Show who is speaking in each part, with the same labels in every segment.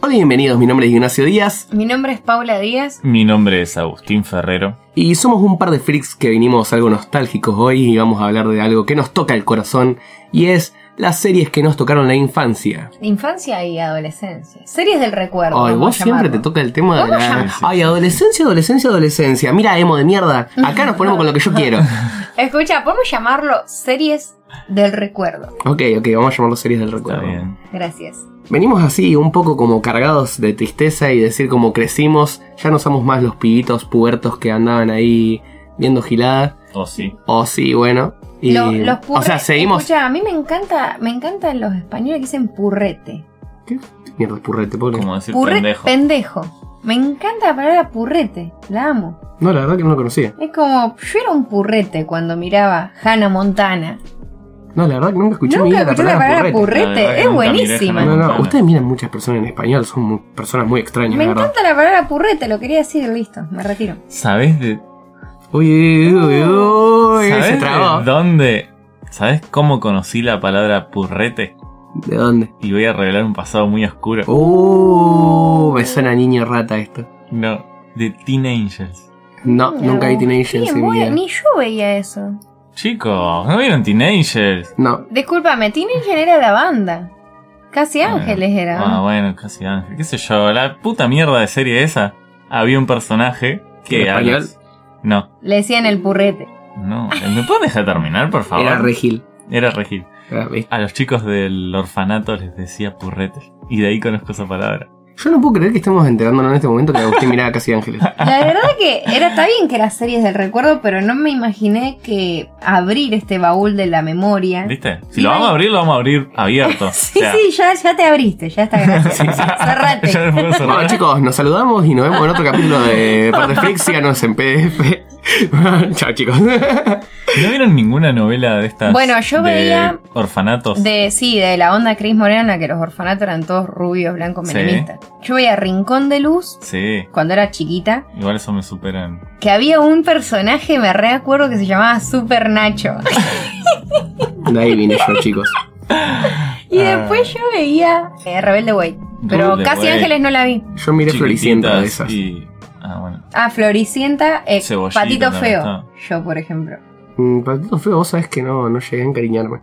Speaker 1: Hola y bienvenidos, mi nombre es Ignacio Díaz
Speaker 2: Mi nombre es Paula Díaz.
Speaker 3: Mi nombre es Agustín Ferrero.
Speaker 1: y somos un par de freaks que vinimos algo nostálgicos hoy y vamos a hablar de algo que nos toca el corazón y es las series que nos tocaron la infancia.
Speaker 2: Infancia y adolescencia. Series del recuerdo.
Speaker 1: Ay,
Speaker 2: vamos
Speaker 1: vos
Speaker 2: a
Speaker 1: siempre te
Speaker 2: llamarlo.
Speaker 1: toca el tema de
Speaker 2: ¿Cómo
Speaker 1: la...
Speaker 3: llamamos?
Speaker 1: Ay, adolescencia, adolescencia, adolescencia. Mira, emo de mierda. Acá nos ponemos con lo que yo quiero.
Speaker 2: Escucha, podemos llamarlo series del recuerdo.
Speaker 1: Ok, ok, vamos a llamarlo series del
Speaker 3: Está
Speaker 1: recuerdo.
Speaker 3: bien.
Speaker 2: Gracias.
Speaker 1: Venimos así un poco como cargados de tristeza y decir como crecimos, ya no somos más los pibitos puertos que andaban ahí viendo gilada.
Speaker 3: O sí.
Speaker 1: O sí, bueno. Y,
Speaker 2: Lo- los purre-
Speaker 1: o sea, seguimos...
Speaker 2: Escucha, a mí me encanta, me encantan los españoles que dicen purrete.
Speaker 1: Mierda, purrete, pobre.
Speaker 3: Como decir
Speaker 2: Purre-
Speaker 3: pendejo.
Speaker 2: pendejo. Me encanta la palabra purrete. La amo.
Speaker 1: No, la verdad que no lo conocía.
Speaker 2: Es como, yo era un purrete cuando miraba Hannah Montana.
Speaker 1: No, la verdad que nunca escuché en mi
Speaker 2: Nunca
Speaker 1: vida
Speaker 2: escuché la palabra purrete.
Speaker 3: La verdad que
Speaker 2: Es
Speaker 3: nunca miré
Speaker 2: buenísima.
Speaker 1: No,
Speaker 3: Hannah
Speaker 1: no,
Speaker 3: Montana.
Speaker 1: ustedes miran muchas personas en español, son muy- personas muy extrañas,
Speaker 2: Me
Speaker 1: la verdad.
Speaker 2: encanta la palabra purrete, lo quería decir, listo, me retiro.
Speaker 3: ¿Sabés de,
Speaker 1: Uy, uy, uy, uy,
Speaker 3: ¿sabés
Speaker 1: se
Speaker 3: de
Speaker 1: trabó.
Speaker 3: dónde? ¿Sabés cómo conocí la palabra purrete?
Speaker 1: ¿De dónde?
Speaker 3: Y voy a revelar un pasado muy oscuro.
Speaker 1: Uh, me suena a niño rata esto.
Speaker 3: No, de Teen Angels.
Speaker 1: No,
Speaker 2: Mira
Speaker 1: nunca vi
Speaker 2: vos.
Speaker 1: teenagers
Speaker 2: Bien,
Speaker 1: en mi
Speaker 2: voy-
Speaker 1: vida.
Speaker 2: Ni yo veía eso.
Speaker 3: Chicos, ¿no vieron Teen Angels?
Speaker 1: No,
Speaker 2: Discúlpame, Teenager era la banda. Casi
Speaker 3: Bueno.
Speaker 2: Ángeles era.
Speaker 3: Ah, bueno, casi ángel. ¿Qué sé yo? La puta mierda de serie esa. Había un personaje que.
Speaker 1: ¿En
Speaker 3: a
Speaker 1: español?
Speaker 3: los- No,
Speaker 2: Le decían el purrete.
Speaker 3: no. ¿Me puedes dejar terminar, por favor?
Speaker 1: era regil.
Speaker 3: Era Regil.
Speaker 1: Ah, ¿viste?
Speaker 3: A los chicos del orfanato les decía purrete. Y de ahí conozco esa palabra.
Speaker 1: Yo no puedo creer que estemos enterándonos en este momento que Agustín miraba casi ángeles.
Speaker 2: La verdad que era está bien que las series del recuerdo, pero no me imaginé que abrir este baúl de la memoria.
Speaker 3: ¿Viste? Si
Speaker 2: Y
Speaker 3: lo vamos
Speaker 2: ahí-
Speaker 3: a abrir, lo vamos a abrir abierto.
Speaker 2: Sí,
Speaker 3: O sea,
Speaker 2: sí, ya, ya te abriste, ya está gracias. Cerrate.
Speaker 3: ya me puedo cerrar.
Speaker 1: Bueno, chicos, nos saludamos y nos vemos en otro capítulo de Parte Flix. Síganos en PDF. Chao, chicos.
Speaker 3: ¿No vieron ninguna novela de estas?
Speaker 2: Bueno, yo
Speaker 3: de
Speaker 2: veía
Speaker 3: Orfanatos.
Speaker 2: De, sí, de la onda Cris Morena, que los orfanatos eran todos rubios, blancos,
Speaker 3: Sí.
Speaker 2: menemistas. Yo veía Rincón de Luz
Speaker 3: Sí,
Speaker 2: cuando era chiquita,
Speaker 3: igual eso me superan.
Speaker 2: que había un personaje, me reacuerdo, que se llamaba Super Nacho.
Speaker 1: De ahí vine yo, chicos.
Speaker 2: Y
Speaker 3: Ah.
Speaker 2: después yo veía eh, Rebelde Way. Pero
Speaker 3: Rebelde
Speaker 2: Casi
Speaker 3: Way.
Speaker 2: Ángeles no la vi.
Speaker 1: Yo miré Floricienta de
Speaker 3: Chiquititas
Speaker 1: esas.
Speaker 3: Y... Ah, bueno.
Speaker 2: Ah, Floricienta, eh,
Speaker 3: Cebollita
Speaker 2: Patito
Speaker 3: también
Speaker 2: Feo.
Speaker 3: está.
Speaker 2: Yo, por ejemplo.
Speaker 1: Mm, Patito Feo, vos sabés que no, no llegué a encariñarme.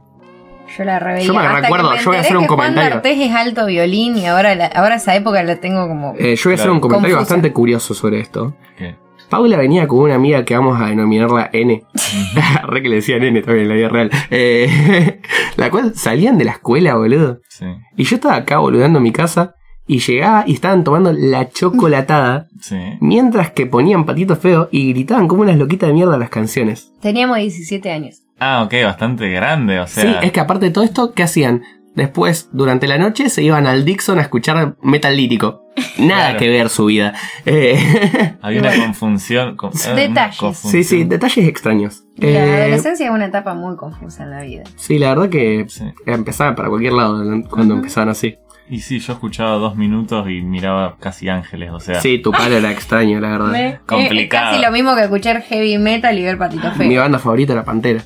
Speaker 2: Yo la reveía.
Speaker 1: Yo me
Speaker 2: hasta que
Speaker 1: recuerdo, yo voy a
Speaker 2: enteré
Speaker 1: hacer un
Speaker 2: que
Speaker 1: comentario.
Speaker 2: Juan D'Artés es alto violín y ahora, la- ahora esa época la tengo como.
Speaker 1: Eh, yo voy a hacer
Speaker 3: Claro.
Speaker 1: un comentario
Speaker 2: Confusa.
Speaker 1: bastante curioso sobre esto.
Speaker 3: ¿Qué?
Speaker 1: Paula venía con una amiga que vamos a denominarla N. Re que le decían N también en la vida real. Eh, la cual salían de la escuela, boludo.
Speaker 3: Sí,
Speaker 1: Y yo estaba acá boludeando en mi casa y llegaba y estaban tomando la chocolatada
Speaker 3: sí.
Speaker 1: mientras que ponían patito feo y gritaban como unas loquitas de mierda las canciones.
Speaker 2: Teníamos 17 años.
Speaker 3: Ah, ok, bastante grande, o
Speaker 1: sí,
Speaker 3: sea.
Speaker 1: es que aparte de todo esto, ¿qué hacían? Después, durante la noche, se iban al Dixon a escuchar metal lírico. Nada
Speaker 3: Claro.
Speaker 1: que ver su vida. Eh,
Speaker 3: Había una
Speaker 2: Bueno.
Speaker 3: confusión. con- eh, una
Speaker 2: Detalles.
Speaker 1: sí,
Speaker 3: confusión.
Speaker 1: sí, detalles extraños.
Speaker 2: La
Speaker 1: Eh,
Speaker 2: adolescencia es una etapa muy confusa en la vida.
Speaker 1: sí, la verdad que
Speaker 3: Sí.
Speaker 1: empezaban para cualquier lado cuando
Speaker 2: Ujú.
Speaker 1: empezaban así.
Speaker 3: Y sí, yo escuchaba dos minutos y miraba casi ángeles, o sea.
Speaker 1: Sí, tu padre era extraño, la verdad.
Speaker 2: Me-
Speaker 3: Complicado.
Speaker 2: Es Eh, casi lo mismo que escuchar heavy metal y ver Patito
Speaker 1: Mi
Speaker 2: Feo.
Speaker 1: banda favorita era Pantera.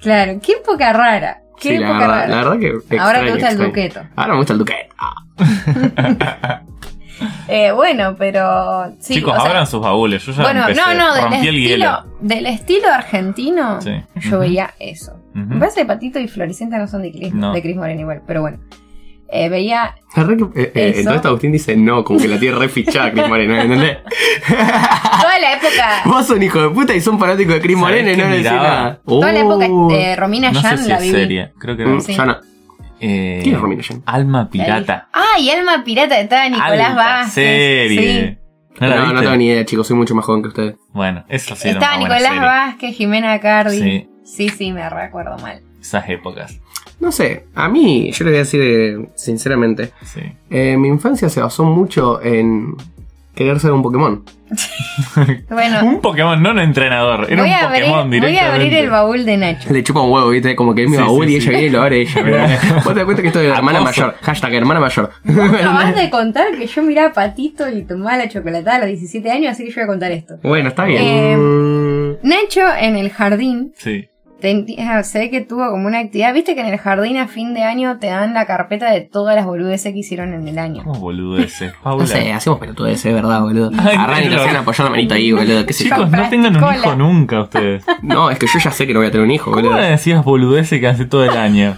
Speaker 2: Claro, qué época rara. Qué
Speaker 1: Sí, la
Speaker 2: época
Speaker 1: verdad,
Speaker 2: rara.
Speaker 1: la verdad que extraño,
Speaker 2: Ahora te gusta el
Speaker 1: extraño.
Speaker 2: duqueto.
Speaker 1: Ahora me gusta el Duquet. Ah,
Speaker 2: Eh, bueno, pero. Sí,
Speaker 3: Chicos,
Speaker 2: o sea,
Speaker 3: abran sus baúles. Yo ya
Speaker 2: Bueno,
Speaker 3: empecé,
Speaker 2: no, no, del
Speaker 3: rompí el
Speaker 2: estilo,
Speaker 3: hielo.
Speaker 2: del estilo argentino,
Speaker 3: Sí.
Speaker 2: yo
Speaker 3: Ujú.
Speaker 2: veía eso.
Speaker 3: Ujú.
Speaker 2: Me parece que Patito y Floricienta no son de Cris,
Speaker 3: No.
Speaker 2: de Cris Morena igual, pero bueno. Eh, veía,
Speaker 1: la verdad que, eh, eh,
Speaker 2: Eso.
Speaker 1: entonces Agustín dice no, como que la tiene re fichada Cris Morena, ¿entendés?
Speaker 2: toda la época,
Speaker 1: Vos sos un hijo de puta y son fanático de Cris
Speaker 3: ¿Sabés
Speaker 1: Morena y
Speaker 3: qué
Speaker 1: no le decís
Speaker 3: miraba?
Speaker 1: nada.
Speaker 2: toda la época
Speaker 1: Uh,
Speaker 2: eh, Romina
Speaker 3: No sé
Speaker 2: Yan
Speaker 3: si
Speaker 2: la
Speaker 3: es
Speaker 2: viví.
Speaker 3: seria. Creo que era.
Speaker 1: mm,
Speaker 2: sí.
Speaker 1: ya no.
Speaker 3: Eh,
Speaker 1: ¿Quién es Romina Yan?
Speaker 3: Alma
Speaker 2: La
Speaker 3: Pirata.
Speaker 2: vi. Ah, y Alma Pirata estaba Nicolás
Speaker 3: Alta
Speaker 2: Vázquez.
Speaker 3: serie. ¿No la
Speaker 1: No, no
Speaker 3: viste?
Speaker 1: tengo ni idea, chicos, soy mucho más joven que ustedes.
Speaker 3: Bueno, eso sí
Speaker 2: sí.
Speaker 3: era
Speaker 2: Estaba
Speaker 3: una buena
Speaker 2: Nicolás
Speaker 3: serie.
Speaker 2: Vázquez, Jimena Cardi.
Speaker 3: Sí.
Speaker 2: Sí. sí, me recuerdo mal.
Speaker 3: Esas épocas.
Speaker 1: No sé, a mí, yo le voy a decir eh, sinceramente,
Speaker 3: Sí.
Speaker 1: eh, mi infancia se basó mucho en querer ser un Pokémon.
Speaker 2: Bueno,
Speaker 3: Un Pokémon, no un entrenador. Era
Speaker 2: voy
Speaker 3: un
Speaker 2: a, abrir,
Speaker 3: Pokémon
Speaker 2: voy a
Speaker 3: directamente.
Speaker 2: abrir el baúl de Nacho.
Speaker 1: Le chupa un huevo, ¿viste? Como que es mi
Speaker 3: Sí,
Speaker 1: baúl
Speaker 3: sí,
Speaker 1: y
Speaker 3: sí.
Speaker 1: ella viene y lo abre ella. ¿verdad? Vos te das cuenta que esto es la hermana
Speaker 3: Acoso.
Speaker 1: mayor. Hashtag hermana mayor.
Speaker 2: Acabas de contar que yo miraba a Patito y tomaba la chocolatada a los 17 años, así que yo voy a contar esto.
Speaker 1: Bueno, está bien.
Speaker 2: Eh,
Speaker 1: Mm,
Speaker 2: Nacho en el jardín
Speaker 3: Sí.
Speaker 2: tenía- se ve que tuvo como una actividad. Viste que en el jardín a fin de año te dan la carpeta de todas las boludeces que hicieron en el año.
Speaker 3: ¿Cómo boludeces, Paula?
Speaker 1: No sé, hacemos pelotudeces, ¿verdad, boludo?
Speaker 3: Ay,
Speaker 1: Agarran y te
Speaker 3: pero-
Speaker 1: hacen apoyar la manito ahí, boludo. ¿Qué sé yo?
Speaker 3: Chicos, no tengan un hijo nunca ustedes.
Speaker 1: No, es que yo ya sé que no voy a tener un hijo,
Speaker 3: ¿Cómo
Speaker 1: boludo.
Speaker 3: le decías boludeces que hace todo el año?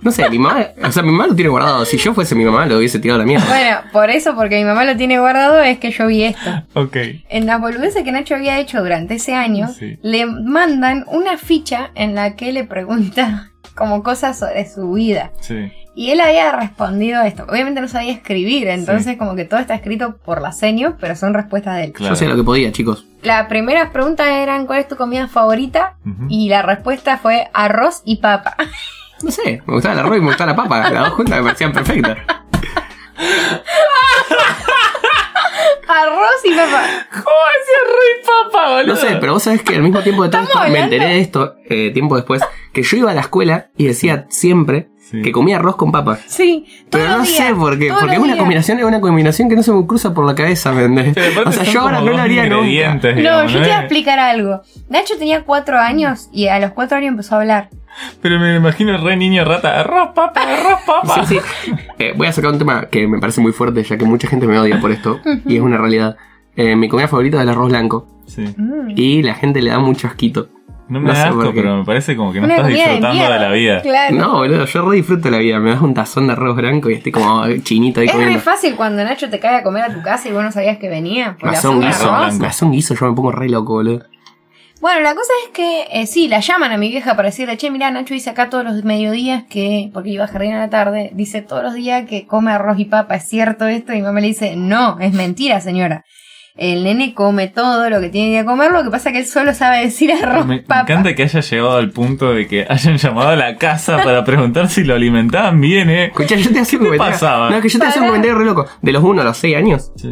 Speaker 1: No sé, mi mamá. O sea, mi mamá lo tiene guardado. Si yo fuese mi mamá, lo hubiese tirado a la mierda.
Speaker 2: Bueno, por eso, porque mi mamá lo tiene guardado, es que yo vi esto.
Speaker 3: Ok.
Speaker 2: En las boludeces que Nacho había hecho durante ese año,
Speaker 3: Sí.
Speaker 2: le mandan una ficha en la que le pregunta como cosas sobre su vida.
Speaker 3: Sí.
Speaker 2: Y él había respondido esto. Obviamente no sabía escribir, entonces como que todo está escrito por la seño, pero son respuestas de él.
Speaker 3: Claro.
Speaker 1: Yo sé lo que podía, chicos.
Speaker 2: Las primeras preguntas eran ¿cuál es tu comida favorita?
Speaker 3: Ujú.
Speaker 2: Y la respuesta fue arroz y papa.
Speaker 1: No sé, me gustaba el arroz y me gustaba la papa. Las dos juntas me parecían perfectas.
Speaker 2: arroz y papa.
Speaker 3: ¿Cómo ¡Oh, ese rey papa, boludo?
Speaker 1: No sé, pero vos sabés que al mismo tiempo de todo esto,
Speaker 2: Estamos
Speaker 1: me
Speaker 2: hablando-
Speaker 1: enteré de esto eh, tiempo después, que yo iba a la escuela y decía siempre
Speaker 3: Sí.
Speaker 1: que comía arroz con papa.
Speaker 2: Sí, todos
Speaker 1: Pero no
Speaker 2: los días,
Speaker 1: sé por qué,
Speaker 2: todos
Speaker 1: porque es
Speaker 2: los
Speaker 1: una
Speaker 2: días.
Speaker 1: combinación es una combinación que no se me cruza por la cabeza, ¿me entendés?
Speaker 3: Pero aparte
Speaker 1: O sea,
Speaker 3: son
Speaker 1: yo ahora
Speaker 3: como
Speaker 1: no lo
Speaker 3: dos
Speaker 1: haría nunca.
Speaker 3: ingredientes,
Speaker 2: No,
Speaker 3: digamos,
Speaker 2: yo te voy a
Speaker 3: es-
Speaker 2: explicar algo. Nacho tenía cuatro años y a los cuatro años empezó a hablar.
Speaker 3: Pero me lo imagino el re niño rata. Arroz, papa, arroz, papa.
Speaker 1: Sí, sí. Eh, voy a sacar un tema que me parece muy fuerte, ya que mucha gente me odia por esto, y es una realidad. Eh, mi comida favorita es el arroz blanco,
Speaker 3: Sí.
Speaker 2: Mm.
Speaker 1: y la gente le da mucho asquito.
Speaker 3: No me
Speaker 1: No
Speaker 3: da
Speaker 1: sé por
Speaker 3: asco,
Speaker 1: qué.
Speaker 3: pero me parece como que no
Speaker 2: Una
Speaker 3: estás
Speaker 2: comida de
Speaker 3: disfrutando de,
Speaker 2: mierda.
Speaker 3: la vida.
Speaker 2: Claro.
Speaker 1: No, boludo, yo re disfruto la vida. Me das un tazón de arroz blanco y estoy como chinito ahí
Speaker 2: Es re
Speaker 1: comiendo.
Speaker 2: fácil cuando Nacho te cae a comer a tu casa y vos no sabías que venía.
Speaker 1: Me
Speaker 2: Porque
Speaker 1: hace un
Speaker 2: hacen
Speaker 1: guiso,
Speaker 2: arroz.
Speaker 3: blanco.
Speaker 1: me hace un guiso, yo me pongo re loco, boludo.
Speaker 2: Bueno, la cosa es que eh, sí, la llaman a mi vieja para decirle, che, mirá, Nacho dice acá todos los mediodías que, porque iba a jardín a la tarde, dice todos los días que come arroz y papa, ¿es cierto esto? Y mi mamá le dice, no, es mentira, señora. El nene come todo lo que tiene que comer, lo que pasa es que él solo sabe decir arroz,
Speaker 3: Me, me
Speaker 2: papa.
Speaker 3: encanta que haya llegado al punto de que hayan llamado a la casa para preguntar si lo alimentaban bien, eh.
Speaker 1: Escuchá, yo te hacía un
Speaker 3: ¿Qué te
Speaker 1: comentario.
Speaker 3: pasaba?
Speaker 1: No, es que yo te hacía un
Speaker 2: Pará.
Speaker 1: comentario re loco. De los 1 a los 6 años,
Speaker 3: Sí,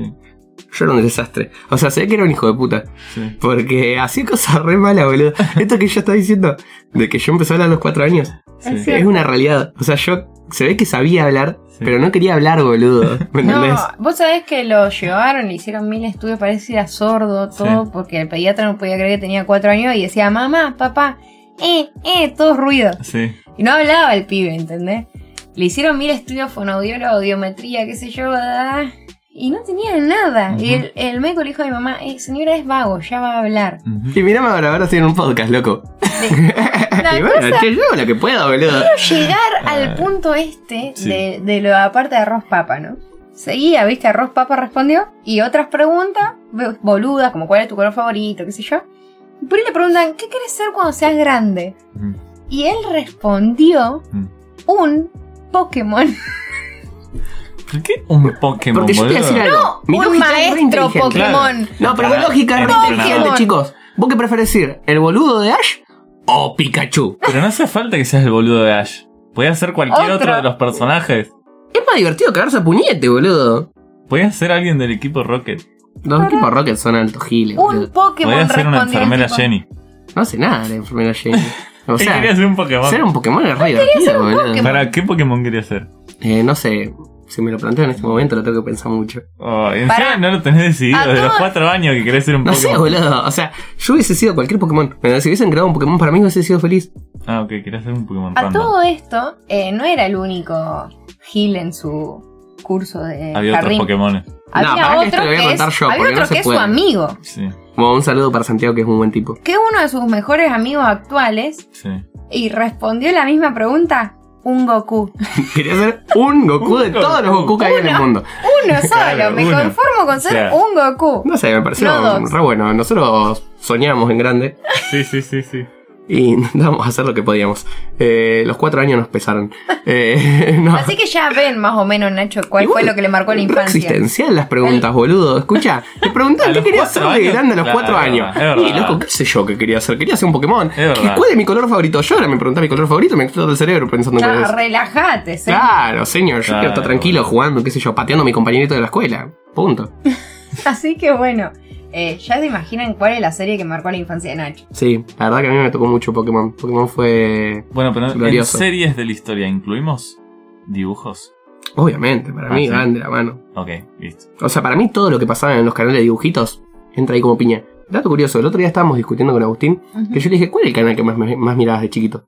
Speaker 1: yo era un desastre. O sea, se ve que era un hijo de puta.
Speaker 3: sí.
Speaker 1: Porque hacía cosas re malas, boludo. Esto que yo estaba diciendo, de que yo empecé a hablar a los 4 años,
Speaker 3: sí.
Speaker 2: cierto.
Speaker 1: es una realidad. O sea, yo se ve que sabía hablar,
Speaker 3: Sí.
Speaker 1: pero no quería hablar, boludo. ¿Me entendés?
Speaker 2: No, vos sabés que lo llevaron, le hicieron mil estudios, parece que era sordo, todo,
Speaker 3: Sí.
Speaker 2: porque el pediatra no podía creer que tenía cuatro años y decía, mamá, papá, eh, eh, todo ruido.
Speaker 3: Sí.
Speaker 2: Y no hablaba el pibe, ¿entendés? Le hicieron mil estudios fonoaudiólogo, audiometría, qué sé yo, da, da, y no tenía nada.
Speaker 3: Ujú.
Speaker 2: Y el, el médico le dijo a mi mamá, eh, señora es vago, ya va a hablar.
Speaker 3: Ujú.
Speaker 1: Y mirame ahora, ahora estoy en un podcast, loco.
Speaker 2: La
Speaker 1: y bueno,
Speaker 2: cosa-
Speaker 1: che, yo hago lo que puedo, boludo.
Speaker 2: Llegar al punto este
Speaker 3: Eh, sí.
Speaker 2: de, de lo aparte de arroz papa, ¿no? Seguía, viste, arroz papa respondió, y otras preguntas, bo- boludas, como cuál es tu color favorito, qué sé yo. Pero le preguntan, ¿qué quieres ser cuando seas grande?
Speaker 3: Ujú.
Speaker 2: Y él respondió
Speaker 3: Ujú.
Speaker 2: un Pokémon.
Speaker 3: ¿Por qué un Pokémon,
Speaker 1: Porque yo te voy a decir
Speaker 3: boludo?
Speaker 1: algo. Mi
Speaker 2: un
Speaker 1: lógica es re
Speaker 2: maestro
Speaker 1: inteligente.
Speaker 2: Pokémon.
Speaker 1: No, pero mi
Speaker 3: Pará,
Speaker 1: lógica es re
Speaker 3: Pokémon.
Speaker 1: inteligente, chicos. ¿Vos qué preferís decir? ¿El boludo de Ash o Pikachu?
Speaker 3: Pero no hace falta que seas el boludo de Ash. Podías ser cualquier
Speaker 2: Otro.
Speaker 3: otro de los personajes.
Speaker 1: Es más divertido cagarse a puñete, boludo.
Speaker 3: Podías ser alguien del equipo Rocket.
Speaker 1: Los tipos Rocket son altos giles,
Speaker 2: Un
Speaker 1: boludo.
Speaker 2: Pokémon.
Speaker 3: Podías ser una
Speaker 2: respondió el
Speaker 3: enfermera
Speaker 2: tipo.
Speaker 3: Jenny.
Speaker 1: No hace nada la enfermera Jenny. O
Speaker 3: ¿Qué
Speaker 1: sea,
Speaker 3: querías ser un Pokémon?
Speaker 1: ser un Pokémon es re divertido, boludo.
Speaker 2: Pokémon.
Speaker 3: ¿Para qué Pokémon querías ser?
Speaker 1: Eh, no sé, si me lo planteo en este momento lo tengo que pensar mucho.
Speaker 3: Oh, y
Speaker 2: Pará.
Speaker 3: encima no lo tenés decidido.
Speaker 2: A
Speaker 3: De los
Speaker 2: todos-
Speaker 3: cuatro años que querés ser un
Speaker 1: No
Speaker 3: Pokémon.
Speaker 1: sé, boludo. O sea, yo hubiese sido cualquier Pokémon. Pero si hubiesen creado un Pokémon para mí hubiese sido feliz.
Speaker 3: Ah, ok, querías ser un Pokémon
Speaker 2: A
Speaker 3: random.
Speaker 2: todo esto, eh, no era el único Gil en su curso de
Speaker 3: Había otros
Speaker 2: jardín.
Speaker 3: Pokémon.
Speaker 2: Había
Speaker 1: No, pará que esto
Speaker 2: otro
Speaker 1: lo voy a
Speaker 2: que
Speaker 1: contar
Speaker 2: es,
Speaker 1: yo,
Speaker 2: había
Speaker 1: porque
Speaker 2: otro
Speaker 1: no se
Speaker 2: que es su
Speaker 1: puede.
Speaker 2: amigo.
Speaker 3: Sí,
Speaker 1: Bueno, un saludo para Santiago que es un buen tipo.
Speaker 2: Que es uno de sus mejores amigos actuales.
Speaker 3: sí.
Speaker 2: Y respondió la misma pregunta. Un Goku.
Speaker 1: Quería ser un Goku de
Speaker 3: Un
Speaker 1: todos los
Speaker 3: Goku.
Speaker 1: Goku que hay en el
Speaker 2: Uno.
Speaker 1: mundo.
Speaker 2: Uno solo.
Speaker 3: Claro,
Speaker 2: me
Speaker 3: uno.
Speaker 2: conformo con ser
Speaker 3: O sea,
Speaker 2: un Goku.
Speaker 1: No sé, me pareció
Speaker 2: No dos.
Speaker 1: re bueno. Nosotros soñamos en grande
Speaker 3: Sí, sí, sí, sí.
Speaker 1: y intentamos hacer lo que podíamos. Eh, los cuatro años nos pesaron. Eh, no.
Speaker 2: Así que ya ven más o menos, Nacho, cuál
Speaker 1: Igual,
Speaker 2: fue lo que le marcó la
Speaker 1: re
Speaker 2: infancia.
Speaker 1: existencial las preguntas, boludo. Escucha, te preguntan
Speaker 3: A
Speaker 1: qué
Speaker 3: los
Speaker 1: querías ser
Speaker 3: cuatro
Speaker 1: de
Speaker 3: años,
Speaker 1: grande a los
Speaker 3: claro,
Speaker 1: cuatro
Speaker 3: es
Speaker 1: años.
Speaker 3: verdad, es
Speaker 1: Y loco,
Speaker 3: verdad.
Speaker 1: qué sé yo qué quería hacer. Quería ser un Pokémon. ¿Qué-
Speaker 3: verdad.
Speaker 1: ¿Cuál es mi color favorito? Yo ahora me preguntaba mi color favorito y me explotó el cerebro pensando en
Speaker 2: Ah,
Speaker 1: cuál es.
Speaker 2: relájate, ¿eh? ¿sí?
Speaker 1: Claro, señor. Yo
Speaker 3: Claro,
Speaker 1: quiero estar tranquilo
Speaker 3: boludo.
Speaker 1: jugando, qué sé yo, pateando a mi compañerito de la escuela. Punto.
Speaker 2: Así que bueno, eh, ya se imaginan cuál es la serie que marcó la infancia de Nacho.
Speaker 1: Sí, la verdad que a mí me tocó mucho Pokémon. Pokémon fue.
Speaker 3: Bueno, pero
Speaker 1: Glorioso.
Speaker 3: en series de la historia, ¿incluimos dibujos?
Speaker 1: Obviamente, para
Speaker 3: Ah,
Speaker 1: mí,
Speaker 3: sí.
Speaker 1: grande la mano.
Speaker 3: Ok, listo.
Speaker 1: O sea, para mí todo lo que pasaba en los canales de dibujitos entra ahí como piña. dato curioso, el otro día estábamos discutiendo con Agustín,
Speaker 2: Ujú.
Speaker 1: que yo le dije, ¿cuál es el canal que más, me- más mirabas de chiquito?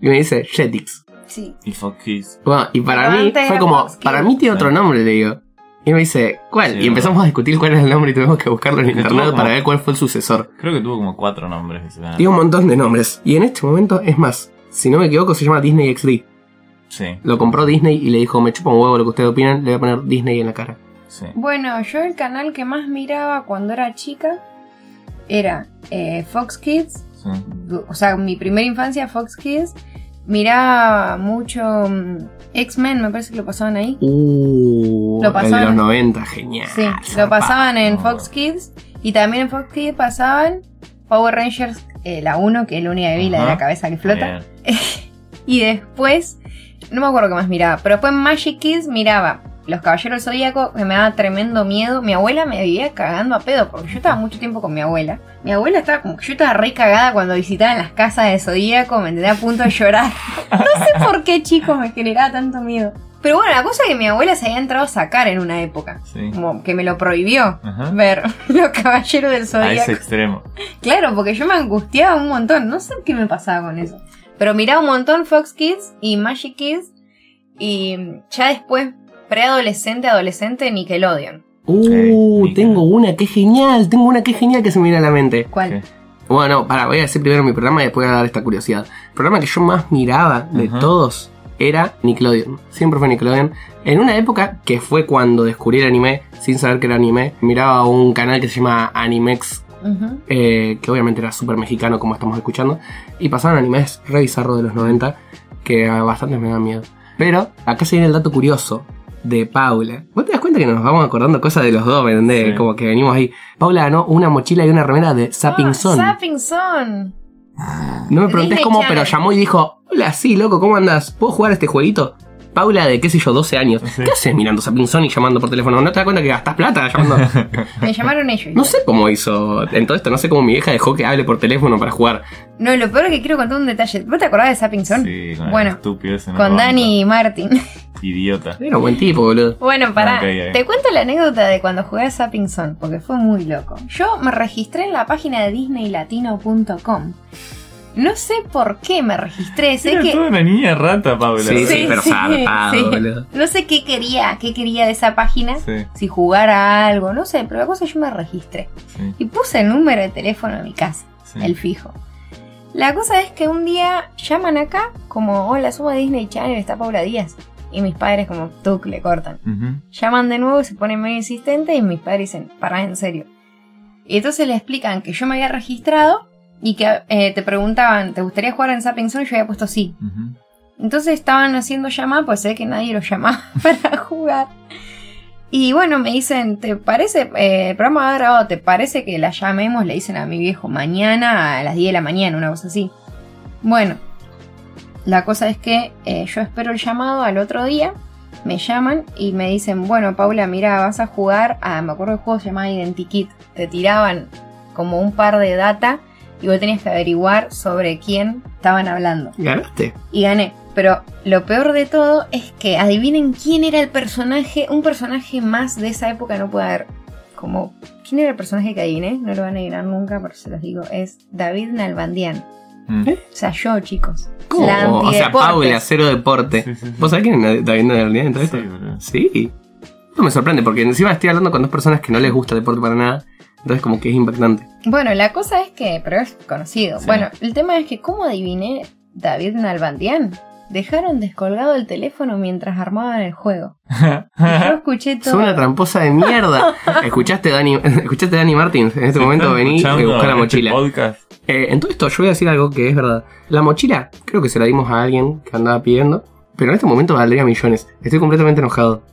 Speaker 1: Y me dice, Jetix.
Speaker 2: Sí.
Speaker 3: Y Fox Kids.
Speaker 1: Bueno, y para
Speaker 2: Pero
Speaker 1: mí
Speaker 2: antes
Speaker 1: fue
Speaker 2: era
Speaker 1: como,
Speaker 2: Fox Kids.
Speaker 1: para mí tiene otro nombre, le digo. Y me dice, ¿cuál?
Speaker 3: Sí,
Speaker 1: y empezamos a discutir cuál era el nombre y tuvimos que buscarlo en
Speaker 3: Porque tuvo
Speaker 1: internet
Speaker 3: como- Ah.
Speaker 1: para ver cuál fue el sucesor.
Speaker 3: Creo que tuvo como cuatro nombres ese canal.
Speaker 1: Tiene un montón de nombres. Y en este momento, es más, si no me equivoco, se llama Disney XD.
Speaker 3: Sí,
Speaker 1: Lo compró Disney y le dijo, me chupa un huevo lo que ustedes opinan, le voy a poner Disney en la cara.
Speaker 3: sí.
Speaker 2: Bueno, yo el canal que más miraba cuando era chica era eh, Fox Kids.
Speaker 3: sí.
Speaker 2: O sea, mi primera infancia, Fox Kids. Miraba mucho mm, X-Men, me parece que lo pasaban ahí.
Speaker 1: Uh,
Speaker 2: Lo
Speaker 1: el de los
Speaker 2: pasaban.
Speaker 1: 90, genial.
Speaker 2: Sí, lo
Speaker 1: Ah, zarpado.
Speaker 2: pasaban en
Speaker 3: no.
Speaker 2: Fox Kids. Y también en Fox Kids pasaban Power Rangers, eh, la 1, que es la única que vi, la de la
Speaker 3: Ajá.
Speaker 2: cabeza que flota.
Speaker 3: Bien.
Speaker 2: Y después, no me acuerdo qué más miraba, pero después en Magic Kids miraba Los Caballeros del Zodíaco, que me daba tremendo miedo. Mi abuela me vivía cagando a pedo, porque yo estaba mucho tiempo con mi abuela. Mi abuela estaba como que yo estaba re cagada cuando visitaban las casas de Zodíaco, me tenía a punto de llorar. No sé por qué, chicos, me generaba tanto miedo. Pero bueno, la cosa es que mi abuela se había entrado a sacar en una época.
Speaker 3: Sí.
Speaker 2: Como que me lo prohibió
Speaker 3: Ajá.
Speaker 2: ver Los Caballeros del
Speaker 3: A ese
Speaker 2: Zodíaco.
Speaker 3: extremo.
Speaker 2: Claro, porque yo me angustiaba un montón. No sé qué me pasaba con eso. Pero miraba un montón Fox Kids y Magic Kids. Y ya después, preadolescente, adolescente, Nickelodeon.
Speaker 1: Uh,
Speaker 3: Sí,
Speaker 1: tengo una que es genial, tengo una que es genial que se me viene a la mente.
Speaker 2: ¿Cuál?
Speaker 3: Sí.
Speaker 1: Bueno, para, voy a decir primero mi programa y después voy a dar esta curiosidad. El programa que yo más miraba de
Speaker 3: Ajá.
Speaker 1: todos era Nickelodeon. Siempre fue Nickelodeon. En una época que fue cuando descubrí el anime, sin saber que era anime, miraba un canal que se llama Animex,
Speaker 2: Ujú.
Speaker 1: eh, que obviamente era súper mexicano como estamos escuchando, y pasaban animes re bizarros de los 90, que a bastantes me dan miedo. Pero acá se viene el dato curioso de Paula. ¿Vos te das cuenta que nos vamos acordando cosas de los dos, ¿me entendés?
Speaker 3: Sí.
Speaker 1: Como que venimos ahí. Paula ganó una mochila y una remera de Zapping
Speaker 2: Ah,
Speaker 1: Zone.
Speaker 2: Zapping Zone.
Speaker 1: No me preguntes
Speaker 2: Disney
Speaker 1: cómo,
Speaker 2: Channel.
Speaker 1: pero llamó y dijo, hola, sí, loco, ¿cómo andás? ¿Puedo jugar a este jueguito? Paula de, qué sé yo, 12 años.
Speaker 3: Sí.
Speaker 1: ¿Qué haces mirando Zapping Zone y llamando por teléfono? ¿No te das cuenta que gastás plata llamando?
Speaker 2: Me llamaron ellos.
Speaker 1: no sé cómo hizo en todo esto, no sé cómo mi vieja dejó que hable por teléfono para jugar.
Speaker 2: No, lo peor es que quiero contar un detalle. ¿Vos te acordás de Zapping Zone?
Speaker 3: Sí, con el
Speaker 2: Bueno,
Speaker 3: estúpido ese no
Speaker 2: Con
Speaker 3: lo
Speaker 2: Dani y Martin.
Speaker 3: banco. Idiota.
Speaker 1: Era un buen tipo, boludo.
Speaker 2: Bueno, pará.
Speaker 3: Ok, ok.
Speaker 2: Te cuento la anécdota de cuando jugué a Zapping Zone, porque fue muy loco. Yo me registré en la página de disneylatino.com. No sé por qué me registré, sé
Speaker 3: Era
Speaker 2: que
Speaker 3: toda una niña rata, Paula.
Speaker 1: Sí, sí,
Speaker 2: Sí,
Speaker 1: pero
Speaker 2: sí,
Speaker 1: zarpado,
Speaker 2: sí.
Speaker 1: boludo.
Speaker 2: no sé qué quería, qué quería de esa página,
Speaker 3: Sí,
Speaker 2: si jugar a algo, no sé, pero la cosa es que yo me registré
Speaker 3: sí,
Speaker 2: y puse el número de teléfono de mi casa.
Speaker 3: sí.
Speaker 2: el fijo. La cosa es que un día llaman acá como, hola, subo a Disney Channel, está Paula Díaz. Y mis padres como, tuc, le cortan.
Speaker 3: Ujú.
Speaker 2: Llaman de nuevo, se ponen medio insistentes y mis padres dicen, pará, en serio. Y entonces le explican que yo me había registrado y que eh, te preguntaban, ¿te gustaría jugar en Zapping Zone? Yo había puesto sí.
Speaker 3: Ujú.
Speaker 2: Entonces estaban haciendo llamada, pues sé que nadie los llamaba para jugar. Y bueno, me dicen, ¿te parece? eh, el programa ha grabado, ¿te parece que la llamemos? Le dicen a mi viejo mañana a las 10 de la mañana, una cosa así. Bueno, la cosa es que eh, yo espero el llamado al otro día. Me llaman y me dicen, bueno, Paula, mira, vas a jugar a, me acuerdo el juego se llamaba Identikit. Te tiraban como un par de data y vos tenías que averiguar sobre quién estaban hablando
Speaker 1: ¿Ganaste?
Speaker 2: y gané. Pero lo peor de todo es que adivinen quién era el personaje, un personaje más de esa época no puede haber. Como, ¿quién era el personaje que adiviné? No lo van a adivinar nunca, pero se los digo, es David Nalbandian.
Speaker 3: Mm.
Speaker 1: ¿Eh?
Speaker 2: O sea, yo, chicos.
Speaker 1: ¿Cómo?
Speaker 2: La
Speaker 1: O sea,
Speaker 2: antideportes.
Speaker 1: Paula, cero deporte.
Speaker 3: Sí, sí, sí.
Speaker 1: ¿Vos sabés quién es David Nadalny en todo
Speaker 3: Sí,
Speaker 1: esto?
Speaker 3: boludo.
Speaker 1: Sí. No me sorprende, porque encima estoy hablando con dos personas que no les gusta el deporte para nada. Entonces como que es impactante.
Speaker 2: Bueno, la cosa es que, pero es conocido.
Speaker 3: Sí.
Speaker 2: Bueno, el tema es que, ¿cómo adiviné David Nalbandian? Dejaron descolgado el teléfono mientras armaban el juego. Y yo escuché todo.
Speaker 1: Son una tramposa de mierda. escuchaste Dani, escuchaste Dani Martins. En este momento
Speaker 3: ¿Están
Speaker 1: vení y
Speaker 3: escuchando
Speaker 1: buscar la
Speaker 3: este
Speaker 1: mochila.
Speaker 3: podcast?
Speaker 1: Eh, en todo esto, yo voy a decir algo que es verdad. La mochila, creo que se la dimos a alguien que andaba pidiendo. Pero en este momento valdría millones. Estoy completamente enojado.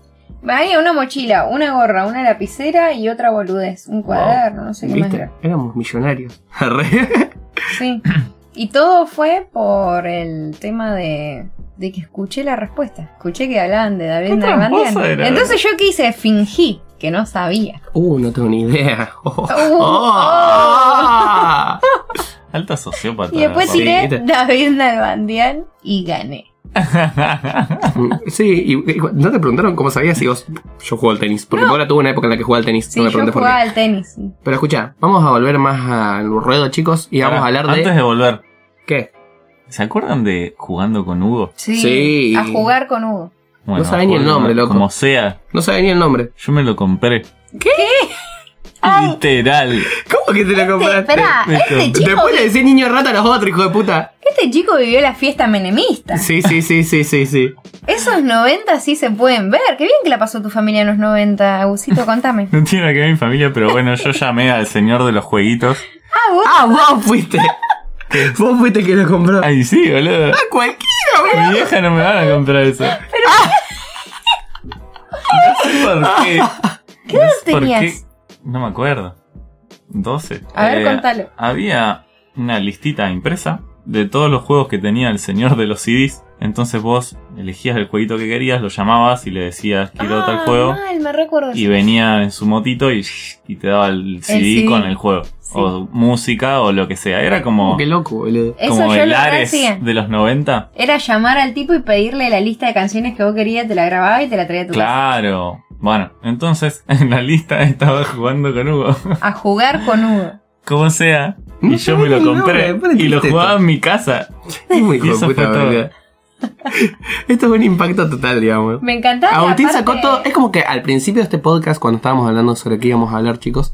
Speaker 2: Ahí una mochila, una gorra, una lapicera y otra boludez. Un cuaderno, no sé qué más.
Speaker 1: ¿Viste?
Speaker 2: era.
Speaker 1: Éramos millonarios. Arre.
Speaker 2: Sí. Y todo fue por el tema de, de que escuché la respuesta. Escuché que hablaban de David
Speaker 3: Qué
Speaker 2: Nalbandian.
Speaker 3: tramposa era.
Speaker 2: Entonces yo quise fingí que no sabía.
Speaker 1: Uh, no tengo ni idea. Oh. Ah.
Speaker 2: Uh,
Speaker 1: Oh.
Speaker 3: Alta sociópata.
Speaker 2: Y después
Speaker 1: sí.
Speaker 3: Paula.
Speaker 2: tiré
Speaker 1: ¿viste?
Speaker 2: David Nalbandian y gané.
Speaker 1: Sí, y, y no te preguntaron cómo sabías si vos. Yo juego al tenis. Porque
Speaker 2: No.
Speaker 1: Paula tuvo una época en la que jugaba al tenis.
Speaker 2: Sí,
Speaker 1: no me
Speaker 2: yo
Speaker 1: preguntes por qué.
Speaker 2: jugaba al tenis. sí.
Speaker 1: Pero escucha, vamos a volver más al ruedo, chicos. Y vamos a hablar de.
Speaker 3: Antes de volver,
Speaker 1: ¿Qué?
Speaker 3: ¿se acuerdan de jugando con Hugo?
Speaker 2: Sí,
Speaker 1: Sí.
Speaker 2: A jugar con Hugo.
Speaker 1: No sabe ni el
Speaker 3: jugando
Speaker 1: nombre, loco.
Speaker 3: Como sea,
Speaker 1: No sabía ni el nombre.
Speaker 3: yo me lo compré.
Speaker 2: Ay.
Speaker 3: Literal.
Speaker 1: ¿Cómo que te lo
Speaker 2: Este,
Speaker 1: compraste?
Speaker 2: Esperá,
Speaker 3: Me
Speaker 2: este
Speaker 3: compré.
Speaker 2: chico,
Speaker 1: Después le decís niño rata a los otros, hijo de puta.
Speaker 2: este chico vivió la fiesta menemista.
Speaker 1: Sí, sí, sí, sí, sí, sí.
Speaker 2: Esos 90 sí se pueden ver. Qué bien que la pasó tu familia en los 90, Agusito, contame.
Speaker 3: No tiene nada que ver mi familia, pero bueno, yo llamé al señor de los jueguitos.
Speaker 2: Ah, vos.
Speaker 1: Ah, vos fuiste. Vos fuiste el que lo compró. A
Speaker 3: Ay, sí, boludo.
Speaker 1: cualquiera, boludo.
Speaker 3: Mi vieja no me van a comprar eso. No sé por qué.
Speaker 2: ¿Qué edad
Speaker 3: No sé por
Speaker 2: tenías?
Speaker 3: qué. No me acuerdo. 12.
Speaker 2: A ver, contalo.
Speaker 3: Había una listita impresa de todos los juegos que tenía el señor de los CDs. Entonces vos elegías el jueguito que querías, lo llamabas y le decías quiero
Speaker 2: ah,
Speaker 3: tal juego.
Speaker 2: mal, me recuerdo.
Speaker 3: Y venía en su motito y, y te daba el CD,
Speaker 2: CD.
Speaker 3: con el juego. O música o lo que sea. Era como,
Speaker 1: Qué loco, boludo.
Speaker 2: Eso
Speaker 3: como
Speaker 2: yo
Speaker 3: el
Speaker 2: lo
Speaker 3: Ares
Speaker 2: hacía.
Speaker 3: de los 90.
Speaker 2: Era llamar al tipo y pedirle la lista de canciones que vos querías, te la grababa y te la traía a tu
Speaker 3: Claro. Bueno, entonces en la lista estaba jugando con Hugo.
Speaker 2: casa. A jugar con Hugo.
Speaker 3: Como sea. Y
Speaker 1: No
Speaker 3: yo me
Speaker 1: sabía
Speaker 3: lo
Speaker 1: el
Speaker 3: compré.
Speaker 1: nombre, ponete
Speaker 3: y lo
Speaker 1: esto.
Speaker 3: jugaba en mi casa.
Speaker 1: Muy hijo
Speaker 3: Y
Speaker 1: de
Speaker 3: eso
Speaker 1: puta,
Speaker 3: fue todo.
Speaker 1: boludo. Esto fue un impacto total, digamos.
Speaker 2: Me encantaba.
Speaker 1: Agustín
Speaker 2: la parte-
Speaker 1: sacó todo. Es como que al principio de este podcast, cuando estábamos hablando sobre qué íbamos a hablar, chicos,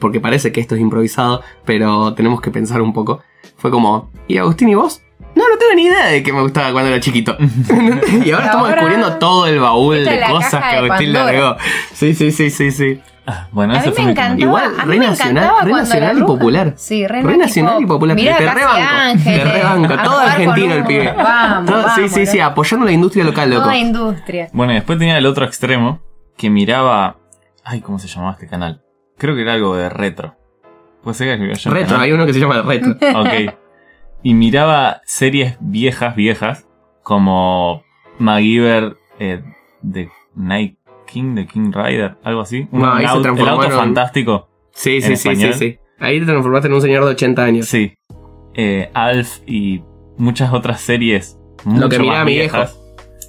Speaker 1: porque parece que esto es improvisado, pero tenemos que pensar un poco. Fue como, ¿y Agustín y vos? No, no tengo ni idea de que me gustaba cuando era chiquito. y ahora estamos
Speaker 2: Ahora-
Speaker 1: descubriendo todo el baúl
Speaker 2: Esta es
Speaker 1: de
Speaker 2: la
Speaker 1: cosas
Speaker 2: caja
Speaker 1: que
Speaker 2: de
Speaker 1: Agustín le
Speaker 2: Pandora.
Speaker 1: agregó. Sí, sí, sí, sí, sí.
Speaker 3: Ah, Bueno,
Speaker 2: A
Speaker 3: ese
Speaker 2: mí
Speaker 3: fue
Speaker 2: me
Speaker 3: mi
Speaker 2: encantaba.
Speaker 3: primer-
Speaker 1: Igual,
Speaker 2: a mí
Speaker 1: re
Speaker 2: me
Speaker 1: nacional-
Speaker 2: encantaba
Speaker 1: re
Speaker 2: cuando
Speaker 1: nacional
Speaker 2: la
Speaker 1: y
Speaker 2: bruja-
Speaker 1: popular.
Speaker 2: Sí, re,
Speaker 1: Re nacional y popular.
Speaker 2: Mirá,
Speaker 1: Te
Speaker 2: casi
Speaker 1: rebanco.
Speaker 2: ángeles.
Speaker 1: Te rebanco.
Speaker 2: A
Speaker 1: Todo
Speaker 2: jugar con
Speaker 1: argentino el
Speaker 2: Hugo.
Speaker 1: pibe.
Speaker 2: Vamos,
Speaker 1: Todo- sí,
Speaker 2: vamos,
Speaker 1: sí, sí,
Speaker 2: loco.
Speaker 1: apoyando la industria local, loco.
Speaker 2: Toda industria.
Speaker 3: Bueno, y después tenía el otro extremo que miraba. Ay, ¿cómo se llamaba este canal? Creo que era algo de retro. Pues era que yo-
Speaker 1: Retro, hay uno que se llama Retro.
Speaker 3: Ok. Y miraba series viejas, viejas, como MacGyver eh, de Night King, de King Rider, algo así.
Speaker 1: No, ahí se
Speaker 3: el au- el auto
Speaker 1: transformaron.
Speaker 3: fantástico.
Speaker 1: Sí, sí,
Speaker 3: ¿En
Speaker 1: sí, sí,
Speaker 3: español?
Speaker 1: sí. Ahí te transformaste en un señor de 80 años.
Speaker 3: Sí. Eh, Alf y muchas otras series.
Speaker 1: Lo que
Speaker 3: mucho
Speaker 1: miraba
Speaker 3: más
Speaker 1: mi viejo.
Speaker 3: viejas.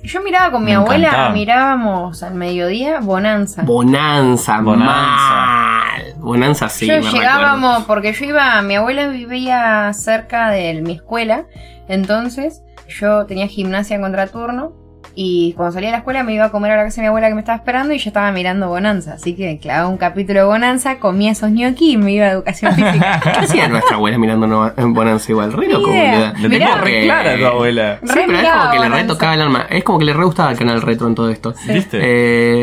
Speaker 2: Yo miraba con mi
Speaker 3: Me
Speaker 2: abuela,
Speaker 3: encantaba.
Speaker 2: mirábamos al mediodía Bonanza.
Speaker 1: Bonanza,
Speaker 3: Bonanza.
Speaker 1: mal. Bonanza sí,
Speaker 2: yo
Speaker 1: me
Speaker 2: llegábamos, porque yo iba, mi abuela vivía cerca de mi escuela, entonces yo tenía gimnasia en contraturno y cuando salía de la escuela me iba a comer a la casa de mi abuela que me estaba esperando y yo estaba mirando Bonanza, así que clavaba un capítulo de Bonanza, comía esos ñoquis y me iba a educación física.
Speaker 1: acuerdo. ¿Qué hacía nuestra abuela mirando no- en Bonanza igual? Re
Speaker 2: Ni
Speaker 1: loco,
Speaker 2: idea.
Speaker 1: boluda.
Speaker 2: Mirá.
Speaker 3: Lo tenía
Speaker 1: Como
Speaker 3: re
Speaker 1: que-
Speaker 3: clara tu abuela.
Speaker 1: Sí, pero es como
Speaker 2: miraba
Speaker 1: que le
Speaker 2: Bonanza.
Speaker 1: retocaba el alma. Es como que le re gustaba el canal retro en todo esto.
Speaker 3: ¿Viste?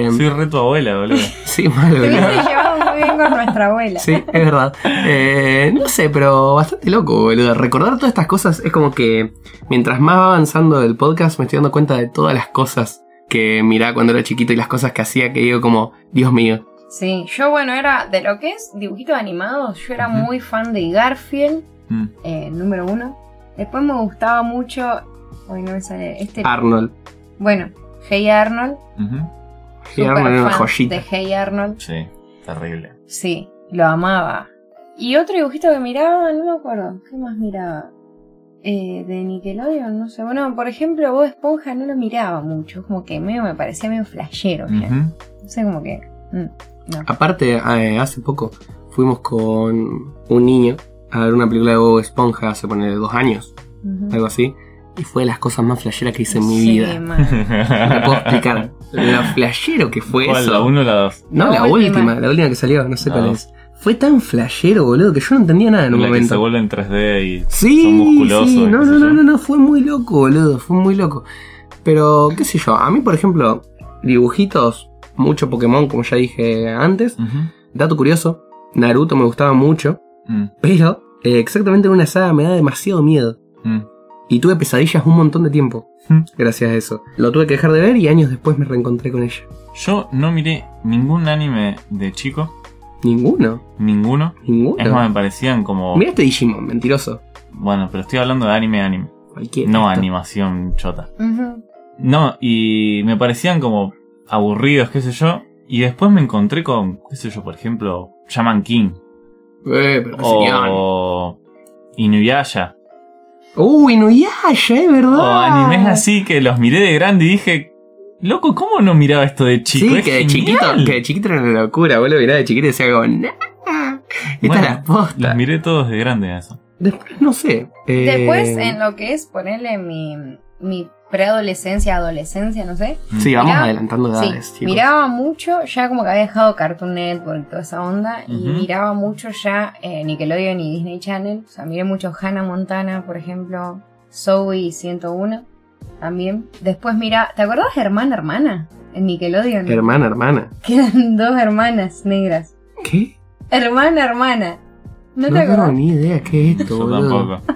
Speaker 1: Eh,
Speaker 3: Soy re tu abuela, boludo.
Speaker 1: sí, mal,
Speaker 2: Te
Speaker 1: boluda.
Speaker 2: hubiese llevado muy bien con nuestra abuela.
Speaker 1: Sí, es verdad. Eh, no sé, pero bastante loco, boludo. Recordar todas estas cosas es como que mientras más va avanzando el podcast, me estoy dando cuenta de todas las cosas que miraba cuando era chiquito y las cosas que hacía que digo como, Dios mío.
Speaker 2: Sí, yo bueno, era de lo que es dibujitos animados, yo era
Speaker 3: Ujú.
Speaker 2: muy fan de Garfield,
Speaker 3: Mm.
Speaker 2: eh, número uno. Después me gustaba mucho, hoy no me sale este,
Speaker 1: Arnold.
Speaker 2: bueno, Hey Arnold.
Speaker 3: Ujú.
Speaker 1: Sí,
Speaker 2: super
Speaker 1: Arnold era una
Speaker 2: fan
Speaker 1: joyita.
Speaker 2: De Hey Arnold,
Speaker 3: Sí, terrible.
Speaker 2: sí, lo amaba. Y otro dibujito que miraba, no me acuerdo, ¿qué más miraba? Eh, de Nickelodeon, no sé. Bueno, por ejemplo, Bob Esponja no lo miraba mucho, como que medio me parecía medio flashero. ya.
Speaker 3: Ujú.
Speaker 2: No sé, como que... mm, no.
Speaker 1: Aparte, eh, hace poco fuimos con un niño a ver una película de Bob Esponja hace poner dos años,
Speaker 2: Ujú.
Speaker 1: algo así. Y fue de las cosas más flasheras que hice en mi
Speaker 2: Sí,
Speaker 1: vida.
Speaker 2: mal.
Speaker 1: No puedo explicar lo flashero que fue
Speaker 3: ¿Cuál,
Speaker 1: eso.
Speaker 3: la 1 o la 2?
Speaker 1: No,
Speaker 2: La
Speaker 1: la
Speaker 2: última.
Speaker 1: última. la última que salió, no sé
Speaker 3: La
Speaker 1: cuál
Speaker 3: dos.
Speaker 1: es. Fue tan flashero, boludo, que yo no entendía nada en un
Speaker 3: la que se
Speaker 1: momento.
Speaker 3: vuelve en 3D y
Speaker 1: Sí,
Speaker 3: son musculosos.
Speaker 1: sí,
Speaker 3: y
Speaker 1: no,
Speaker 3: qué sé
Speaker 1: no,
Speaker 3: yo.
Speaker 1: no, no, no, fue muy loco, boludo, fue muy loco. Pero, qué sé yo, a mí, por ejemplo, dibujitos, mucho Pokémon, como ya dije antes.
Speaker 3: Ujú.
Speaker 1: Dato curioso, Naruto me gustaba mucho,
Speaker 3: Mm,
Speaker 1: pero eh, exactamente en una saga me da demasiado miedo.
Speaker 3: mm.
Speaker 1: Y tuve pesadillas un montón de tiempo,
Speaker 3: Hmm.
Speaker 1: gracias a eso. Lo tuve que dejar de ver y años después me reencontré con ella.
Speaker 3: Yo no miré ningún anime de chico,
Speaker 1: Ninguno,
Speaker 3: ninguno. Es más,
Speaker 1: ninguno.
Speaker 3: me parecían como.
Speaker 1: Mira este Digimon, mentiroso.
Speaker 3: Bueno, pero estoy hablando de anime, anime.
Speaker 1: Cualquiera.
Speaker 3: No
Speaker 1: Esto.
Speaker 3: animación chota.
Speaker 2: Ujú.
Speaker 3: No, y me parecían como aburridos, qué sé yo. Y después me encontré con, qué sé yo, por ejemplo, Shaman King. Oh.
Speaker 1: Eh, pero qué señor.
Speaker 3: O. Inuyasha.
Speaker 1: Uh, Inuyasha, es verdad.
Speaker 3: O animes Oh, así que los miré de grande y dije, loco, ¿cómo no miraba esto de chico?
Speaker 1: sí,
Speaker 3: Es
Speaker 1: que de chiquito,
Speaker 3: genial".
Speaker 1: que de chiquito era una locura, vos lo mirás de chiquito y decías como, nah, esta
Speaker 3: Bueno,
Speaker 1: es la posta.
Speaker 3: Los miré todos de grande a eso.
Speaker 1: Después, no sé. eh,
Speaker 2: Después, en lo que es ponerle mi, mi preadolescencia, adolescencia, no sé.
Speaker 3: Mm.
Speaker 1: Sí, ah. vamos
Speaker 2: Mirá-
Speaker 1: adelantando edades,
Speaker 2: sí,
Speaker 1: chicos.
Speaker 2: miraba mucho, ya como que había dejado Cartoon Network, toda esa onda, y
Speaker 3: Ujú.
Speaker 2: miraba mucho ya eh, Nickelodeon y Disney Channel. O sea, miré mucho Hannah Montana, por ejemplo, Zoey 101 también. Después mira, ¿te acordás de Hermana Hermana? En Nickelodeon.
Speaker 1: Hermana, hermana.
Speaker 2: que eran dos hermanas negras.
Speaker 1: ¿Qué?
Speaker 2: Hermana Hermana. ¿No,
Speaker 1: No,
Speaker 2: te
Speaker 1: tengo
Speaker 2: acordás?
Speaker 1: ni idea qué es esto,
Speaker 3: Yo
Speaker 1: boludo.
Speaker 3: tampoco.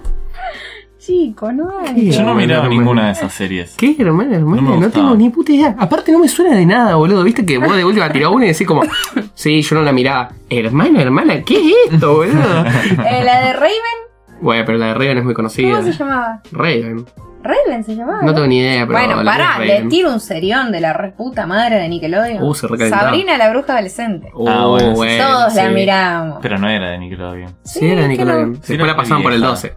Speaker 2: Chico, no.
Speaker 1: Sí,
Speaker 3: Yo no
Speaker 1: Hermana,
Speaker 3: miraba
Speaker 1: hermana.
Speaker 3: ninguna de esas series.
Speaker 1: ¿Qué, hermana, hermana?
Speaker 3: No me
Speaker 1: No,
Speaker 3: gustaba.
Speaker 1: tengo ni puta idea. Aparte, no me suena de nada, boludo. Viste que vos de última tirás una y decís como, sí, yo no la miraba. Hermana, hermana, ¿qué es esto, boludo?
Speaker 2: Eh, la de Raven,
Speaker 1: bueno, pero la de Raven es muy
Speaker 2: ¿cómo
Speaker 1: conocida.
Speaker 2: se llamaba?
Speaker 1: Raven.
Speaker 2: Raven se llamaba.
Speaker 1: No
Speaker 2: ¿no?
Speaker 1: tengo ni idea, pero.
Speaker 2: Bueno,
Speaker 1: la
Speaker 2: pará,
Speaker 1: de
Speaker 2: le
Speaker 1: Raven.
Speaker 2: tiro un serión de la reputa madre de Nickelodeon.
Speaker 1: Uh, se recalentaba.
Speaker 2: Sabrina la bruja adolescente.
Speaker 1: Uh,
Speaker 3: Ah, bueno, sí.
Speaker 2: Todos la
Speaker 1: sí.
Speaker 2: mirábamos.
Speaker 3: Pero no era de Nickelodeon.
Speaker 1: Sí, era
Speaker 2: que
Speaker 1: Nickelodeon.
Speaker 3: Sí, era
Speaker 1: Después la pasaban por el
Speaker 3: vieja.
Speaker 1: 12.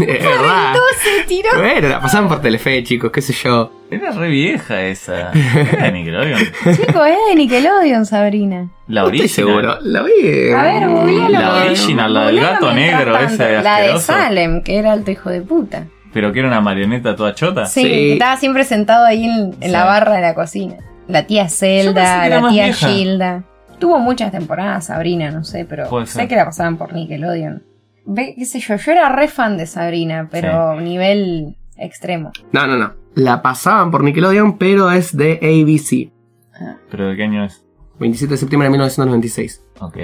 Speaker 1: es verdad.
Speaker 2: no. Se tiró.
Speaker 1: Bueno, la pasaban por Telefe, chicos, qué sé yo.
Speaker 3: Era re vieja esa. Era de Nickelodeon.
Speaker 2: Chico, es de Nickelodeon, Sabrina.
Speaker 3: La
Speaker 1: No estoy seguro.
Speaker 3: original.
Speaker 1: La vi. eh.
Speaker 2: A ver, googlealo.
Speaker 3: Uh, La original, la del
Speaker 2: Googlealo
Speaker 3: gato
Speaker 2: mientras
Speaker 3: negro,
Speaker 2: tanto.
Speaker 3: esa de
Speaker 2: La de
Speaker 3: asqueroso.
Speaker 2: Salem, que era alto hijo de puta.
Speaker 3: Pero que era una marioneta toda chota.
Speaker 2: Sí,
Speaker 1: Sí.
Speaker 2: estaba siempre sentado ahí en, en
Speaker 3: Ah, Sí.
Speaker 2: la barra de la cocina. La tía
Speaker 3: Yo pensé que
Speaker 2: Zelda,
Speaker 3: era
Speaker 2: la
Speaker 3: más
Speaker 2: tía
Speaker 3: vieja.
Speaker 2: Gilda. Tuvo muchas temporadas Sabrina, no sé, pero
Speaker 3: Puede
Speaker 2: sé
Speaker 3: ser.
Speaker 2: que la pasaban por Nickelodeon. Ve, qué sé yo, yo era re fan de Sabrina, pero nivel extremo.
Speaker 1: No, no, no. La pasaban por Nickelodeon, pero es de ABC.
Speaker 3: Pero de qué año es.
Speaker 1: 27 de septiembre de 1996.
Speaker 3: Ok,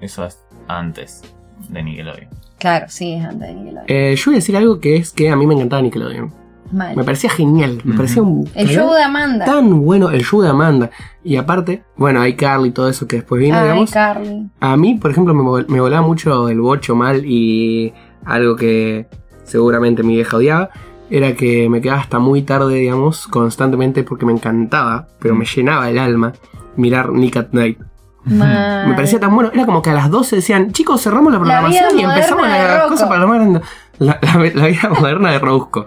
Speaker 3: eso es antes de Nickelodeon.
Speaker 2: Claro, sí, es antes de Nickelodeon.
Speaker 1: Eh, yo voy a decir algo que es que a mí me encantaba Nickelodeon.
Speaker 2: Mal.
Speaker 1: Me parecía genial. Me
Speaker 3: Ujú.
Speaker 1: parecía un.
Speaker 2: El show de Amanda.
Speaker 1: Tan bueno el show de Amanda. Y aparte, bueno, hay Carly y todo eso que después vino,
Speaker 2: Ay,
Speaker 1: digamos.
Speaker 2: Ah, Carly.
Speaker 1: A mí, por ejemplo, me, vol- me volaba mucho el bocho mal y algo que seguramente mi vieja odiaba era que me quedaba hasta muy tarde, digamos, constantemente porque me encantaba, pero me llenaba el alma mirar Nick at Night.
Speaker 2: Mal.
Speaker 1: Me parecía tan bueno, era como que a las 12 decían, chicos, cerramos la
Speaker 2: La vida
Speaker 1: programación y empezamos
Speaker 2: moderna de
Speaker 1: la
Speaker 2: Rocco.
Speaker 1: cosa para lo más grande". La, la- la vida moderna de Rosco.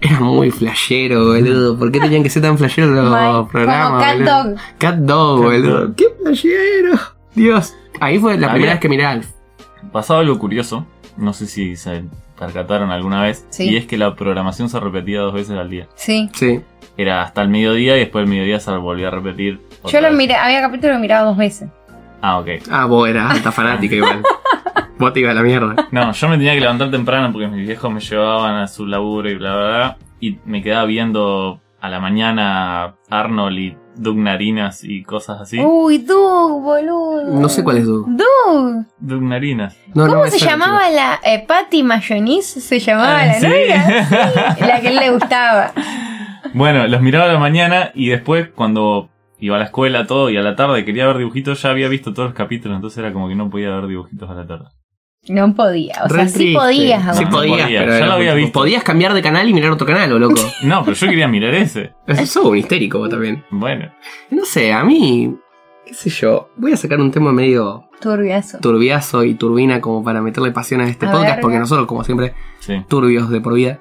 Speaker 1: Era muy flashero, boludo. ¿Por qué tenían que ser tan flasheros los
Speaker 2: Mal.
Speaker 1: programas?
Speaker 2: Como Cat
Speaker 1: boludo?
Speaker 2: Dog.
Speaker 1: Cat Dog,
Speaker 3: Cat
Speaker 1: boludo.
Speaker 3: Dog. Ah,
Speaker 1: ¡Qué playero! Dios. Ahí fue la
Speaker 3: Había-
Speaker 1: primera vez que miré a Alf.
Speaker 3: Pasaba algo curioso, no sé si se percataron alguna vez,
Speaker 2: Sí.
Speaker 3: y es que la programación se repetía dos veces al día.
Speaker 2: Sí.
Speaker 1: Sí.
Speaker 3: Era hasta el mediodía y después del mediodía se volvía a repetir.
Speaker 2: Yo
Speaker 3: otra
Speaker 2: lo
Speaker 3: vez.
Speaker 2: miré, había capítulo que miraba dos veces.
Speaker 3: Ah, ok.
Speaker 1: Ah, vos eras alta fanática igual. vos te ibas a la mierda.
Speaker 3: No, yo me tenía que levantar temprano porque mis viejos me llevaban a su laburo y bla, bla, bla. Y me quedaba viendo a la mañana Arnold y Doug Narinas y cosas así.
Speaker 2: Uy, Doug, boludo.
Speaker 1: No sé cuál es Doug.
Speaker 2: Doug.
Speaker 3: Doug Narinas.
Speaker 1: No, no
Speaker 2: ¿Cómo
Speaker 1: me
Speaker 2: se
Speaker 1: suena,
Speaker 2: llamaba la eh, Patty Mayonnaise? ¿Se llamaba
Speaker 3: Ah,
Speaker 2: la
Speaker 3: ¿sí?
Speaker 2: novia? La que le gustaba.
Speaker 3: Bueno, los miraba a la mañana y después cuando iba a la escuela todo y a la tarde quería ver dibujitos, ya había visto todos los capítulos, entonces era como que no podía ver dibujitos a la tarde.
Speaker 2: No podía. O
Speaker 1: Re
Speaker 2: sea, sí
Speaker 1: triste.
Speaker 2: podías.
Speaker 1: Sí
Speaker 2: aguantar.
Speaker 3: No, no
Speaker 1: podías,
Speaker 3: podía,
Speaker 1: pero
Speaker 3: ya
Speaker 1: era
Speaker 3: lo había
Speaker 1: como,
Speaker 3: visto.
Speaker 1: podías cambiar de canal y mirar otro canal, o loco.
Speaker 3: No, pero yo quería mirar ese.
Speaker 1: Eso sos un histérico vos también.
Speaker 3: Bueno,
Speaker 1: No sé, a mí, qué sé yo, voy a sacar un tema medio
Speaker 2: Turbiazo.
Speaker 1: turbiazo y turbina como para meterle pasión a este
Speaker 2: A
Speaker 1: podcast,
Speaker 2: ver,
Speaker 1: porque
Speaker 2: ¿no?
Speaker 1: nosotros, como siempre,
Speaker 3: sí.
Speaker 1: turbios de por vida.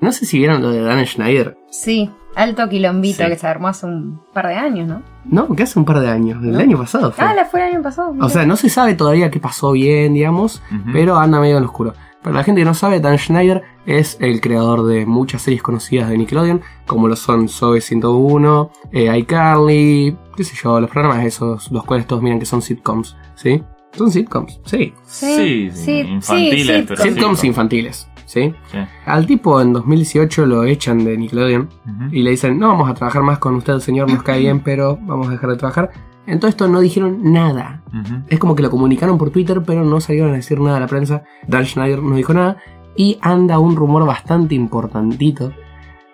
Speaker 1: No sé si vieron lo de Dan Schneider.
Speaker 2: Sí. Alto quilombito
Speaker 3: Sí.
Speaker 2: que se armó hace un par de años, ¿no?
Speaker 1: No, porque hace un par de años, del
Speaker 2: ¿No?
Speaker 1: año pasado fue.
Speaker 2: Ah, la fue el año pasado. mira.
Speaker 1: O sea, no se sabe todavía qué pasó bien, digamos.
Speaker 3: Ujú.
Speaker 1: pero anda medio en lo oscuro. Para la gente que no sabe, Dan Schneider es el creador de muchas series conocidas de Nickelodeon, como lo son Zoe 101, eh, iCarly, qué sé yo, los programas esos, los cuales todos miran que son sitcoms, ¿sí? Son sitcoms, sí.
Speaker 3: Sí,
Speaker 2: Sí,
Speaker 3: sí,
Speaker 2: sí,
Speaker 3: infantiles,
Speaker 2: sí,
Speaker 3: pero
Speaker 2: sitcom.
Speaker 1: Sitcoms
Speaker 3: sí.
Speaker 1: infantiles, ¿sí?
Speaker 3: Sí.
Speaker 1: Al tipo en 2018 lo echan de Nickelodeon
Speaker 3: Ujú.
Speaker 1: y le dicen, no vamos a trabajar más con usted, señor, nos cae bien, pero vamos a dejar de trabajar. En todo esto no dijeron nada,
Speaker 3: Ujú.
Speaker 1: es como que lo comunicaron por Twitter, pero no salieron a decir nada a la prensa. Dan Schneider no dijo nada. Y anda un rumor bastante importantito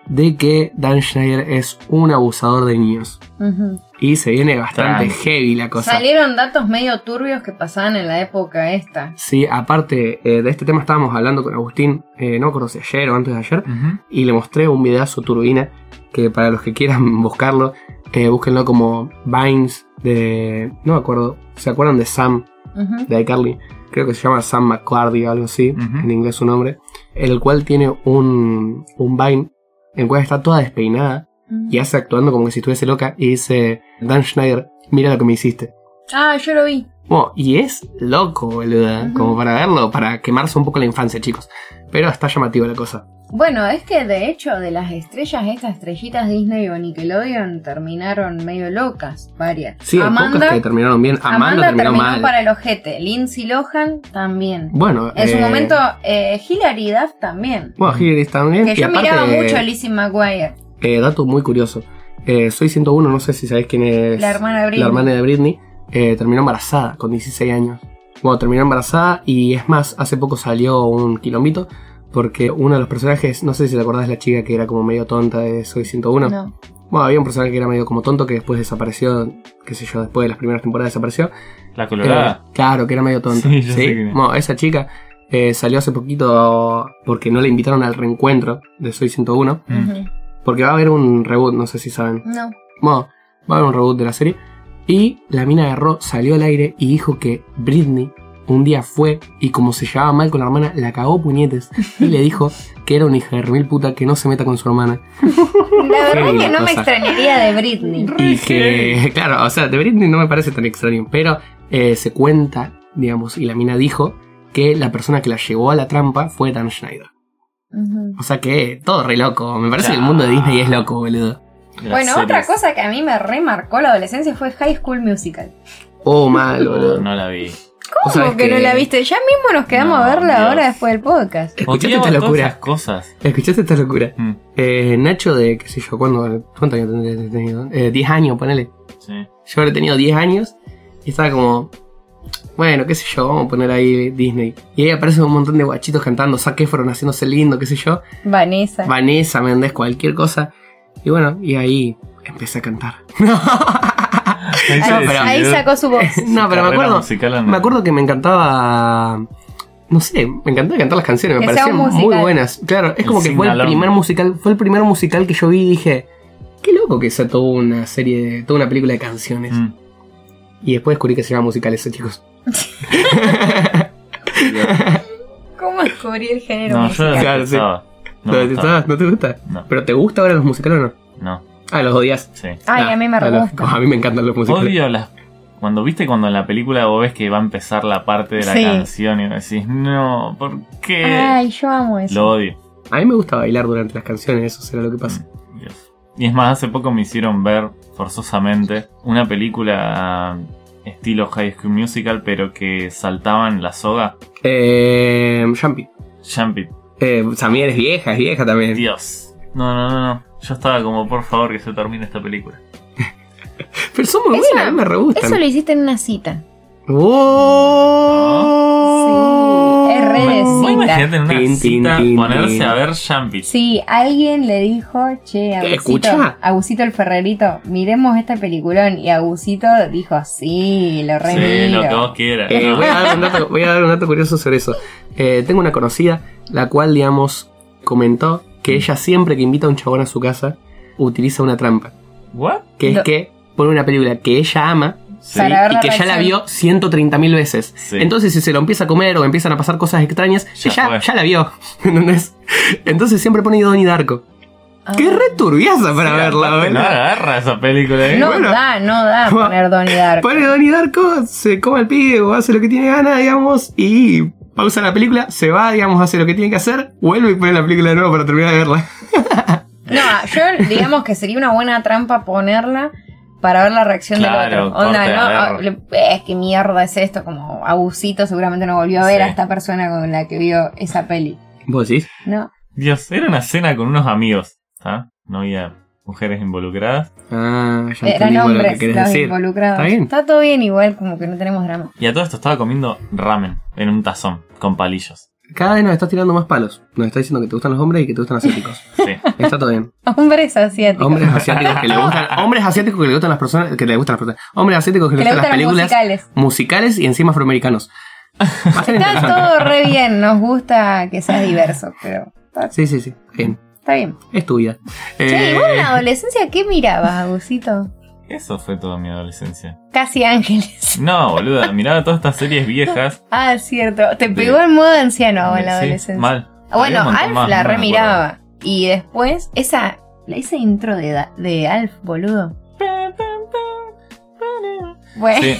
Speaker 1: de que Dan Schneider es un abusador de niños.
Speaker 2: Ujú.
Speaker 1: Y se viene bastante
Speaker 3: Tranqui.
Speaker 1: heavy la cosa.
Speaker 2: Salieron datos medio turbios que pasaban en la época esta.
Speaker 1: Sí, aparte eh, de este tema estábamos hablando con Agustín, eh, no me acuerdo si ayer o antes de ayer,
Speaker 3: Ujú.
Speaker 1: y le mostré un videazo turbina que para los que quieran buscarlo, eh, búsquenlo como Vines de... no me acuerdo, ¿se acuerdan de Sam?
Speaker 2: Ujú.
Speaker 1: de iCarly. Creo que se llama Sam McCarty o algo así,
Speaker 3: Ujú.
Speaker 1: en inglés su nombre. el cual tiene un, un Vine, el cual está toda despeinada y hace actuando como que si estuviese loca y dice, Dan Schneider, mira lo que me hiciste.
Speaker 2: Ah, yo lo vi.
Speaker 1: Bueno, y es loco, boluda,
Speaker 2: Ujú.
Speaker 1: como para verlo, para quemarse un poco la infancia, chicos. Pero está llamativa la cosa.
Speaker 2: Bueno, es que de hecho de las estrellas, estas estrellitas Disney o Nickelodeon terminaron medio locas, varias.
Speaker 1: Sí, hay pocas que terminaron bien. Amanda,
Speaker 2: Amanda
Speaker 1: terminó,
Speaker 2: terminó
Speaker 1: mal.
Speaker 2: para el ojete, Lindsay Lohan también.
Speaker 1: Bueno,
Speaker 2: En su
Speaker 1: eh,
Speaker 2: momento, eh, Hilary Duff también.
Speaker 1: Bueno, Hillary también.
Speaker 2: Que
Speaker 1: Eh, y
Speaker 2: yo
Speaker 1: aparte,
Speaker 2: miraba mucho a Lizzie McGuire,
Speaker 1: eh, dato muy curioso. Eh, soy 101, no sé si sabés quién es.
Speaker 2: la hermana de Britney.
Speaker 1: la hermana de Britney, eh, terminó embarazada con 16 años. Bueno, terminó embarazada y es más, hace poco salió un quilombito porque uno de los personajes, no sé si te acordás la chica que era como medio tonta de Soy 101.
Speaker 2: No.
Speaker 1: Bueno, había un personaje que era medio como tonto que después desapareció, qué sé yo, después de las primeras temporadas desapareció.
Speaker 3: La colorada.
Speaker 1: Eh, claro, que era medio tonto.
Speaker 3: Sí, yo sé quién es.
Speaker 1: Bueno, esa chica eh, salió hace poquito porque no le invitaron al reencuentro de Soy 101
Speaker 3: Mm.
Speaker 2: Ujú.
Speaker 1: porque va a haber un reboot, no sé si saben.
Speaker 2: No.
Speaker 1: Bueno, va a haber un reboot de la serie. Y la mina agarró, salió al aire y dijo que Britney un día fue y como se llevaba mal con la hermana, la cagó puñetes y le dijo que era una hija de remil puta que no se meta con su hermana.
Speaker 2: La verdad
Speaker 1: Genio,
Speaker 2: que no me
Speaker 1: cosa.
Speaker 2: extrañaría de Britney.
Speaker 1: Y que, claro, o sea, de Britney no me parece tan extraño, pero eh, se cuenta, digamos, y la mina dijo que la persona que la llevó a la trampa fue Dan Schneider.
Speaker 2: Ujú.
Speaker 1: O sea que todo re loco. Me parece que el
Speaker 3: Ya.
Speaker 1: mundo de Disney es loco, boludo.
Speaker 3: Las
Speaker 2: Bueno, otra
Speaker 3: series.
Speaker 2: cosa que a mí me remarcó la adolescencia fue High School Musical.
Speaker 1: Oh, mal,
Speaker 3: No,
Speaker 1: boludo.
Speaker 3: no la vi.
Speaker 1: Vos
Speaker 2: ¿Cómo
Speaker 1: sabés
Speaker 2: que, no la viste? Ya mismo nos quedamos a
Speaker 3: No,
Speaker 2: verla
Speaker 3: Dios.
Speaker 2: ahora después del podcast.
Speaker 1: ¿Escuchaste
Speaker 3: Odiaba
Speaker 1: esta
Speaker 3: todas
Speaker 1: locura?
Speaker 3: esas cosas.
Speaker 1: ¿Escuchaste esta locura?
Speaker 3: Mm,
Speaker 1: Eh, Nacho de, qué sé yo, ¿cuándo, ¿cuánto años tendría tenido? Eh, 10 años, ponele.
Speaker 3: sí.
Speaker 1: Yo habré tenido 10 años y estaba como, bueno, qué sé yo, vamos a poner ahí Disney. Y ahí aparecen un montón de guachitos cantando, Zac Efron haciéndose lindo, qué sé yo.
Speaker 2: Vanessa.
Speaker 1: Vanessa, me andés cualquier cosa. Y bueno, y ahí empecé a cantar.
Speaker 2: ahí,
Speaker 3: Ahí, se
Speaker 1: pero-
Speaker 2: Ah, ahí
Speaker 3: decidió
Speaker 2: sacó su voz.
Speaker 1: no, pero me
Speaker 3: carrera
Speaker 1: acuerdo,
Speaker 3: musical a-
Speaker 1: me acuerdo que me encantaba... No sé, me encantaba cantar las canciones, me
Speaker 2: Que sea
Speaker 1: parecían
Speaker 2: un
Speaker 1: muy
Speaker 2: musical.
Speaker 1: buenas. Claro, es
Speaker 3: El
Speaker 1: como que fue el
Speaker 3: sing-along.
Speaker 1: primer musical, fue el primer musical que yo vi y dije, qué loco que sea toda una serie, de- toda una película de canciones.
Speaker 3: Mm.
Speaker 1: Y después descubrí que se llama musical eso, chicos.
Speaker 2: ¿Cómo descubrí el género
Speaker 3: No, yo
Speaker 2: musical?
Speaker 3: la
Speaker 1: Claro, sí.
Speaker 3: detestaba. No
Speaker 1: ¿Lo
Speaker 3: me gustaba.
Speaker 1: detestabas? ¿No te gusta?
Speaker 3: No,
Speaker 1: ¿Pero te gusta ahora los musicales o no?
Speaker 3: no,
Speaker 1: Ah, los odias.
Speaker 3: sí.
Speaker 2: Ay,
Speaker 1: Ah,
Speaker 2: a mí me
Speaker 1: a los-
Speaker 2: gusta.
Speaker 1: a mí me encantan los musicales.
Speaker 3: Odio las. Cuando viste cuando en la película vos ves que va a empezar la parte de la
Speaker 2: Sí.
Speaker 3: canción y decís, no, ¿por qué?
Speaker 2: Ay, yo amo eso.
Speaker 3: Lo odio.
Speaker 1: A mí me gusta bailar durante las canciones, eso será lo que
Speaker 3: Mm.
Speaker 1: pasa.
Speaker 3: Dios. Y es más, hace poco me hicieron ver forzosamente una película ah, estilo High School Musical, pero que saltaban la soga.
Speaker 1: Eh. Jumpy.
Speaker 3: Jump It.
Speaker 1: Eh, también es vieja, es vieja también.
Speaker 3: Dios. No, no, no, no. Yo estaba como, por favor, que se termine esta película.
Speaker 1: Pero son muy
Speaker 2: Eso-
Speaker 1: buenas, a mí me re gustan.
Speaker 2: Eso lo hiciste en una cita.
Speaker 1: ¡Oh!
Speaker 2: Sí, es re de
Speaker 3: Vos
Speaker 2: Cita.
Speaker 3: Imagínate en una
Speaker 1: Tin, tin,
Speaker 3: cita
Speaker 1: tin,
Speaker 3: ponerse
Speaker 1: tin.
Speaker 3: a ver Jump It.
Speaker 2: Sí, alguien le dijo, che, Agusito,
Speaker 1: escucha?
Speaker 2: Agusito el Ferrerito, miremos este peliculón. Y Agusito dijo, sí, lo
Speaker 3: Sí,
Speaker 2: remiro.
Speaker 3: lo que vos quieras.
Speaker 1: Eh, voy, a dar un dato, voy a dar un dato curioso sobre eso. Eh, tengo una conocida, la cual, digamos, comentó que
Speaker 2: Mm.
Speaker 1: ella siempre que invita a un chabón a su casa, utiliza una trampa.
Speaker 3: ¿What?
Speaker 1: Que es
Speaker 2: No.
Speaker 1: que pone una película que ella ama
Speaker 3: Sí.
Speaker 2: Para ver
Speaker 1: y
Speaker 2: la
Speaker 1: que ya la
Speaker 2: reacción.
Speaker 1: vio 130.000 veces.
Speaker 3: Sí.
Speaker 1: Entonces, si se lo empieza a comer o empiezan a pasar cosas extrañas,
Speaker 3: Ya
Speaker 1: ella
Speaker 3: fue.
Speaker 1: ya la vio. ¿Entendés? Entonces siempre pone Donnie Darko.
Speaker 2: Ah.
Speaker 1: Qué re turbiaza para
Speaker 3: Sí,
Speaker 1: verla,
Speaker 3: aparte No
Speaker 1: ¿verdad?
Speaker 3: agarra esa película, ¿eh?
Speaker 2: No
Speaker 1: bueno.
Speaker 2: da, no da poner Donnie Darko.
Speaker 1: Pone Donnie Darko, se come al pibe o hace lo que tiene ganas, digamos, y pausa la película, se va, digamos, hace lo que tiene que hacer, vuelve y pone la película de nuevo para terminar de verla.
Speaker 2: No, yo digamos que sería una buena trampa ponerla para ver la reacción del
Speaker 3: Claro,
Speaker 2: otro. Onda,
Speaker 3: corte,
Speaker 2: ¿no?
Speaker 3: a ver.
Speaker 2: Ah, le- Es que mierda es esto, como Agusito seguramente no volvió a ver
Speaker 3: Sí.
Speaker 2: a esta persona con la que vio esa peli.
Speaker 1: ¿Vos decís?
Speaker 2: No,
Speaker 3: Dios, era una cena con unos amigos, ¿está? No había mujeres involucradas.
Speaker 1: Ah, ya entendimos lo que
Speaker 2: eran Eh, hombres
Speaker 1: querés
Speaker 2: los
Speaker 1: decir.
Speaker 2: involucrados.
Speaker 1: Está bien.
Speaker 2: todo bien igual, como que no tenemos drama.
Speaker 3: Y a todo esto estaba comiendo ramen en un tazón con palillos.
Speaker 1: Cada vez nos estás tirando más palos. Nos estás diciendo que te gustan los hombres y que te gustan asiáticos.
Speaker 3: Sí.
Speaker 1: Está todo bien.
Speaker 2: Hombres asiáticos.
Speaker 1: Hombres asiáticos que le gustan, hombres asiáticos que le gustan las personas, que le gustan las personas. Hombres asiáticos que
Speaker 2: que
Speaker 1: le
Speaker 2: le
Speaker 1: gustan
Speaker 2: gustan
Speaker 1: las
Speaker 2: los
Speaker 1: películas
Speaker 2: musicales.
Speaker 1: musicales y encima afroamericanos. Va a ser
Speaker 2: Está
Speaker 1: interesante.
Speaker 2: todo re bien, nos gusta que sea diverso, pero está-
Speaker 1: Sí, sí, sí. Bien.
Speaker 2: está bien.
Speaker 1: Es tu vida.
Speaker 2: Che, ¿y
Speaker 1: Eh,
Speaker 2: vos en la adolescencia qué mirabas, Agusito?
Speaker 3: Eso fue toda mi adolescencia.
Speaker 2: Casi ángeles.
Speaker 3: No, boluda, miraba todas estas series viejas.
Speaker 2: Ah, cierto. Te pegó el modo anciano en la
Speaker 3: Sí,
Speaker 2: adolescencia.
Speaker 3: Mal. Había un
Speaker 2: Bueno,
Speaker 3: montón
Speaker 2: Alf
Speaker 3: más,
Speaker 2: la
Speaker 3: no me
Speaker 2: remiraba. Y después, esa. La hice intro de, da- de Alf, boludo. Bueno.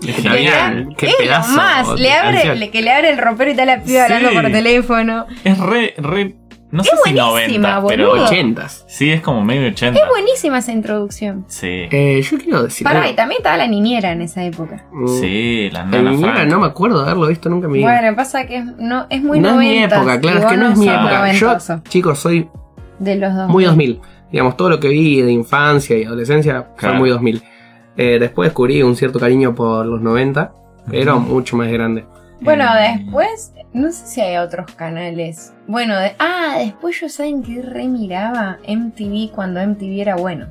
Speaker 3: Sí. Es
Speaker 1: Qué
Speaker 3: genial.
Speaker 1: genial, Ah, qué
Speaker 2: es lo
Speaker 1: pedazo
Speaker 2: más,
Speaker 1: de
Speaker 2: le abre,
Speaker 1: canción.
Speaker 2: le- que le abre el ropero y está la piba
Speaker 3: Sí.
Speaker 2: hablando por teléfono.
Speaker 3: Es re, re. No sé
Speaker 2: Es
Speaker 3: si
Speaker 2: buenísima,
Speaker 3: 90, pero.
Speaker 2: boludo.
Speaker 1: 80s.
Speaker 3: Sí, es como medio 80.
Speaker 2: Es buenísima esa introducción.
Speaker 3: Sí.
Speaker 1: Eh, yo quiero decir.
Speaker 2: Pará, y
Speaker 1: algo.
Speaker 2: también estaba la niñera en esa época.
Speaker 1: Mm,
Speaker 3: Sí, las
Speaker 1: en mi
Speaker 3: nanas
Speaker 1: vida
Speaker 3: Frank.
Speaker 1: no me acuerdo de haberlo visto nunca en mi vida.
Speaker 2: Bueno, pasa que es- no, es muy
Speaker 1: no es mi
Speaker 2: noventas,
Speaker 1: época, claro,
Speaker 2: y
Speaker 1: es que
Speaker 2: vos
Speaker 1: no es mi
Speaker 2: sos
Speaker 1: época. Yo,
Speaker 2: noventoso
Speaker 1: chicos, soy
Speaker 2: de los dos.
Speaker 1: muy 2000. Digamos, todo lo que vi de infancia y adolescencia
Speaker 3: Claro.
Speaker 1: fue muy 2000. Eh, después descubrí un cierto cariño por los 90, pero
Speaker 3: Ujú.
Speaker 1: mucho más grande.
Speaker 2: Bueno,
Speaker 3: Eh,
Speaker 2: después, no sé si hay otros canales. Bueno, de- ah, después yo saben que remiraba MTV cuando MTV era bueno.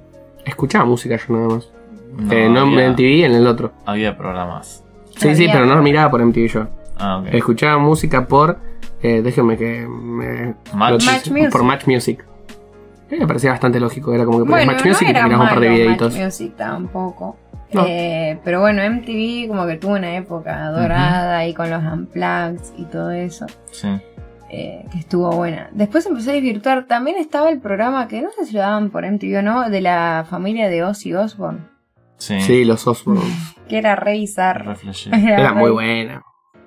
Speaker 1: Escuchaba música yo nada más.
Speaker 3: No,
Speaker 1: Eh, no en
Speaker 3: había,
Speaker 1: MTV, en el otro.
Speaker 3: había programas.
Speaker 1: Sí, sí,
Speaker 2: Había-
Speaker 1: pero no miraba por MTV yo.
Speaker 3: Ah, ok.
Speaker 1: Escuchaba música por. eh, déjenme que. me-
Speaker 3: Match.
Speaker 1: lo-
Speaker 2: Match Music.
Speaker 1: Por Match Music. Eh, me parecía bastante lógico. Era como que ponías
Speaker 2: Bueno,
Speaker 1: Match
Speaker 2: no
Speaker 1: Music y te
Speaker 2: era
Speaker 1: mirabas un par de
Speaker 2: malo
Speaker 1: videitos.
Speaker 2: Match Music tampoco.
Speaker 1: No.
Speaker 2: Eh, pero bueno, MTV como que tuvo una época dorada y con los unplugs y todo eso,
Speaker 3: Sí.
Speaker 2: eh, que estuvo buena. Después empezó a desvirtuar. También estaba el programa que no sé si lo daban por MTV o no, de la familia de Ozzy Osbourne,
Speaker 3: Sí.
Speaker 1: Sí, los Osborns.
Speaker 2: que era re bizarro.
Speaker 3: Re flashé.
Speaker 1: Era muy
Speaker 2: re-
Speaker 1: buena.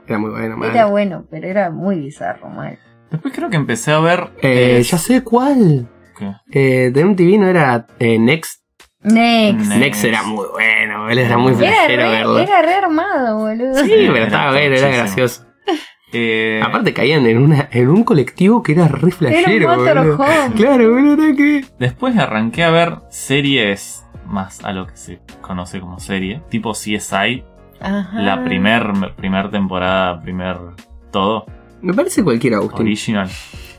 Speaker 1: Era muy buena, man.
Speaker 2: Era bueno, pero era muy bizarro, mal.
Speaker 3: Después creo que empecé a ver.
Speaker 1: Eh,
Speaker 3: eh,
Speaker 1: ya sé cuál.
Speaker 3: ¿qué?
Speaker 1: Eh, de MTV no era eh, Next.
Speaker 2: Next.
Speaker 3: Next.
Speaker 1: Next. era muy bueno, él era muy
Speaker 2: Era
Speaker 1: flashero verlo.
Speaker 2: re, era re armado, boludo.
Speaker 1: Sí,
Speaker 3: Sí,
Speaker 1: pero
Speaker 3: era
Speaker 1: estaba bien, era
Speaker 3: muchísimo.
Speaker 1: gracioso.
Speaker 3: Eh,
Speaker 1: Aparte caían en una en un colectivo que era re
Speaker 2: Era
Speaker 1: flashero.
Speaker 2: un
Speaker 1: boludo.
Speaker 2: motorhome.
Speaker 1: Claro, boludo, era que.
Speaker 3: Después arranqué a ver series más a lo que se conoce como serie, tipo CSI,
Speaker 2: Ajá.
Speaker 3: la primer, primer temporada, primer todo,
Speaker 1: Me parece cualquiera, Agustín.
Speaker 3: original.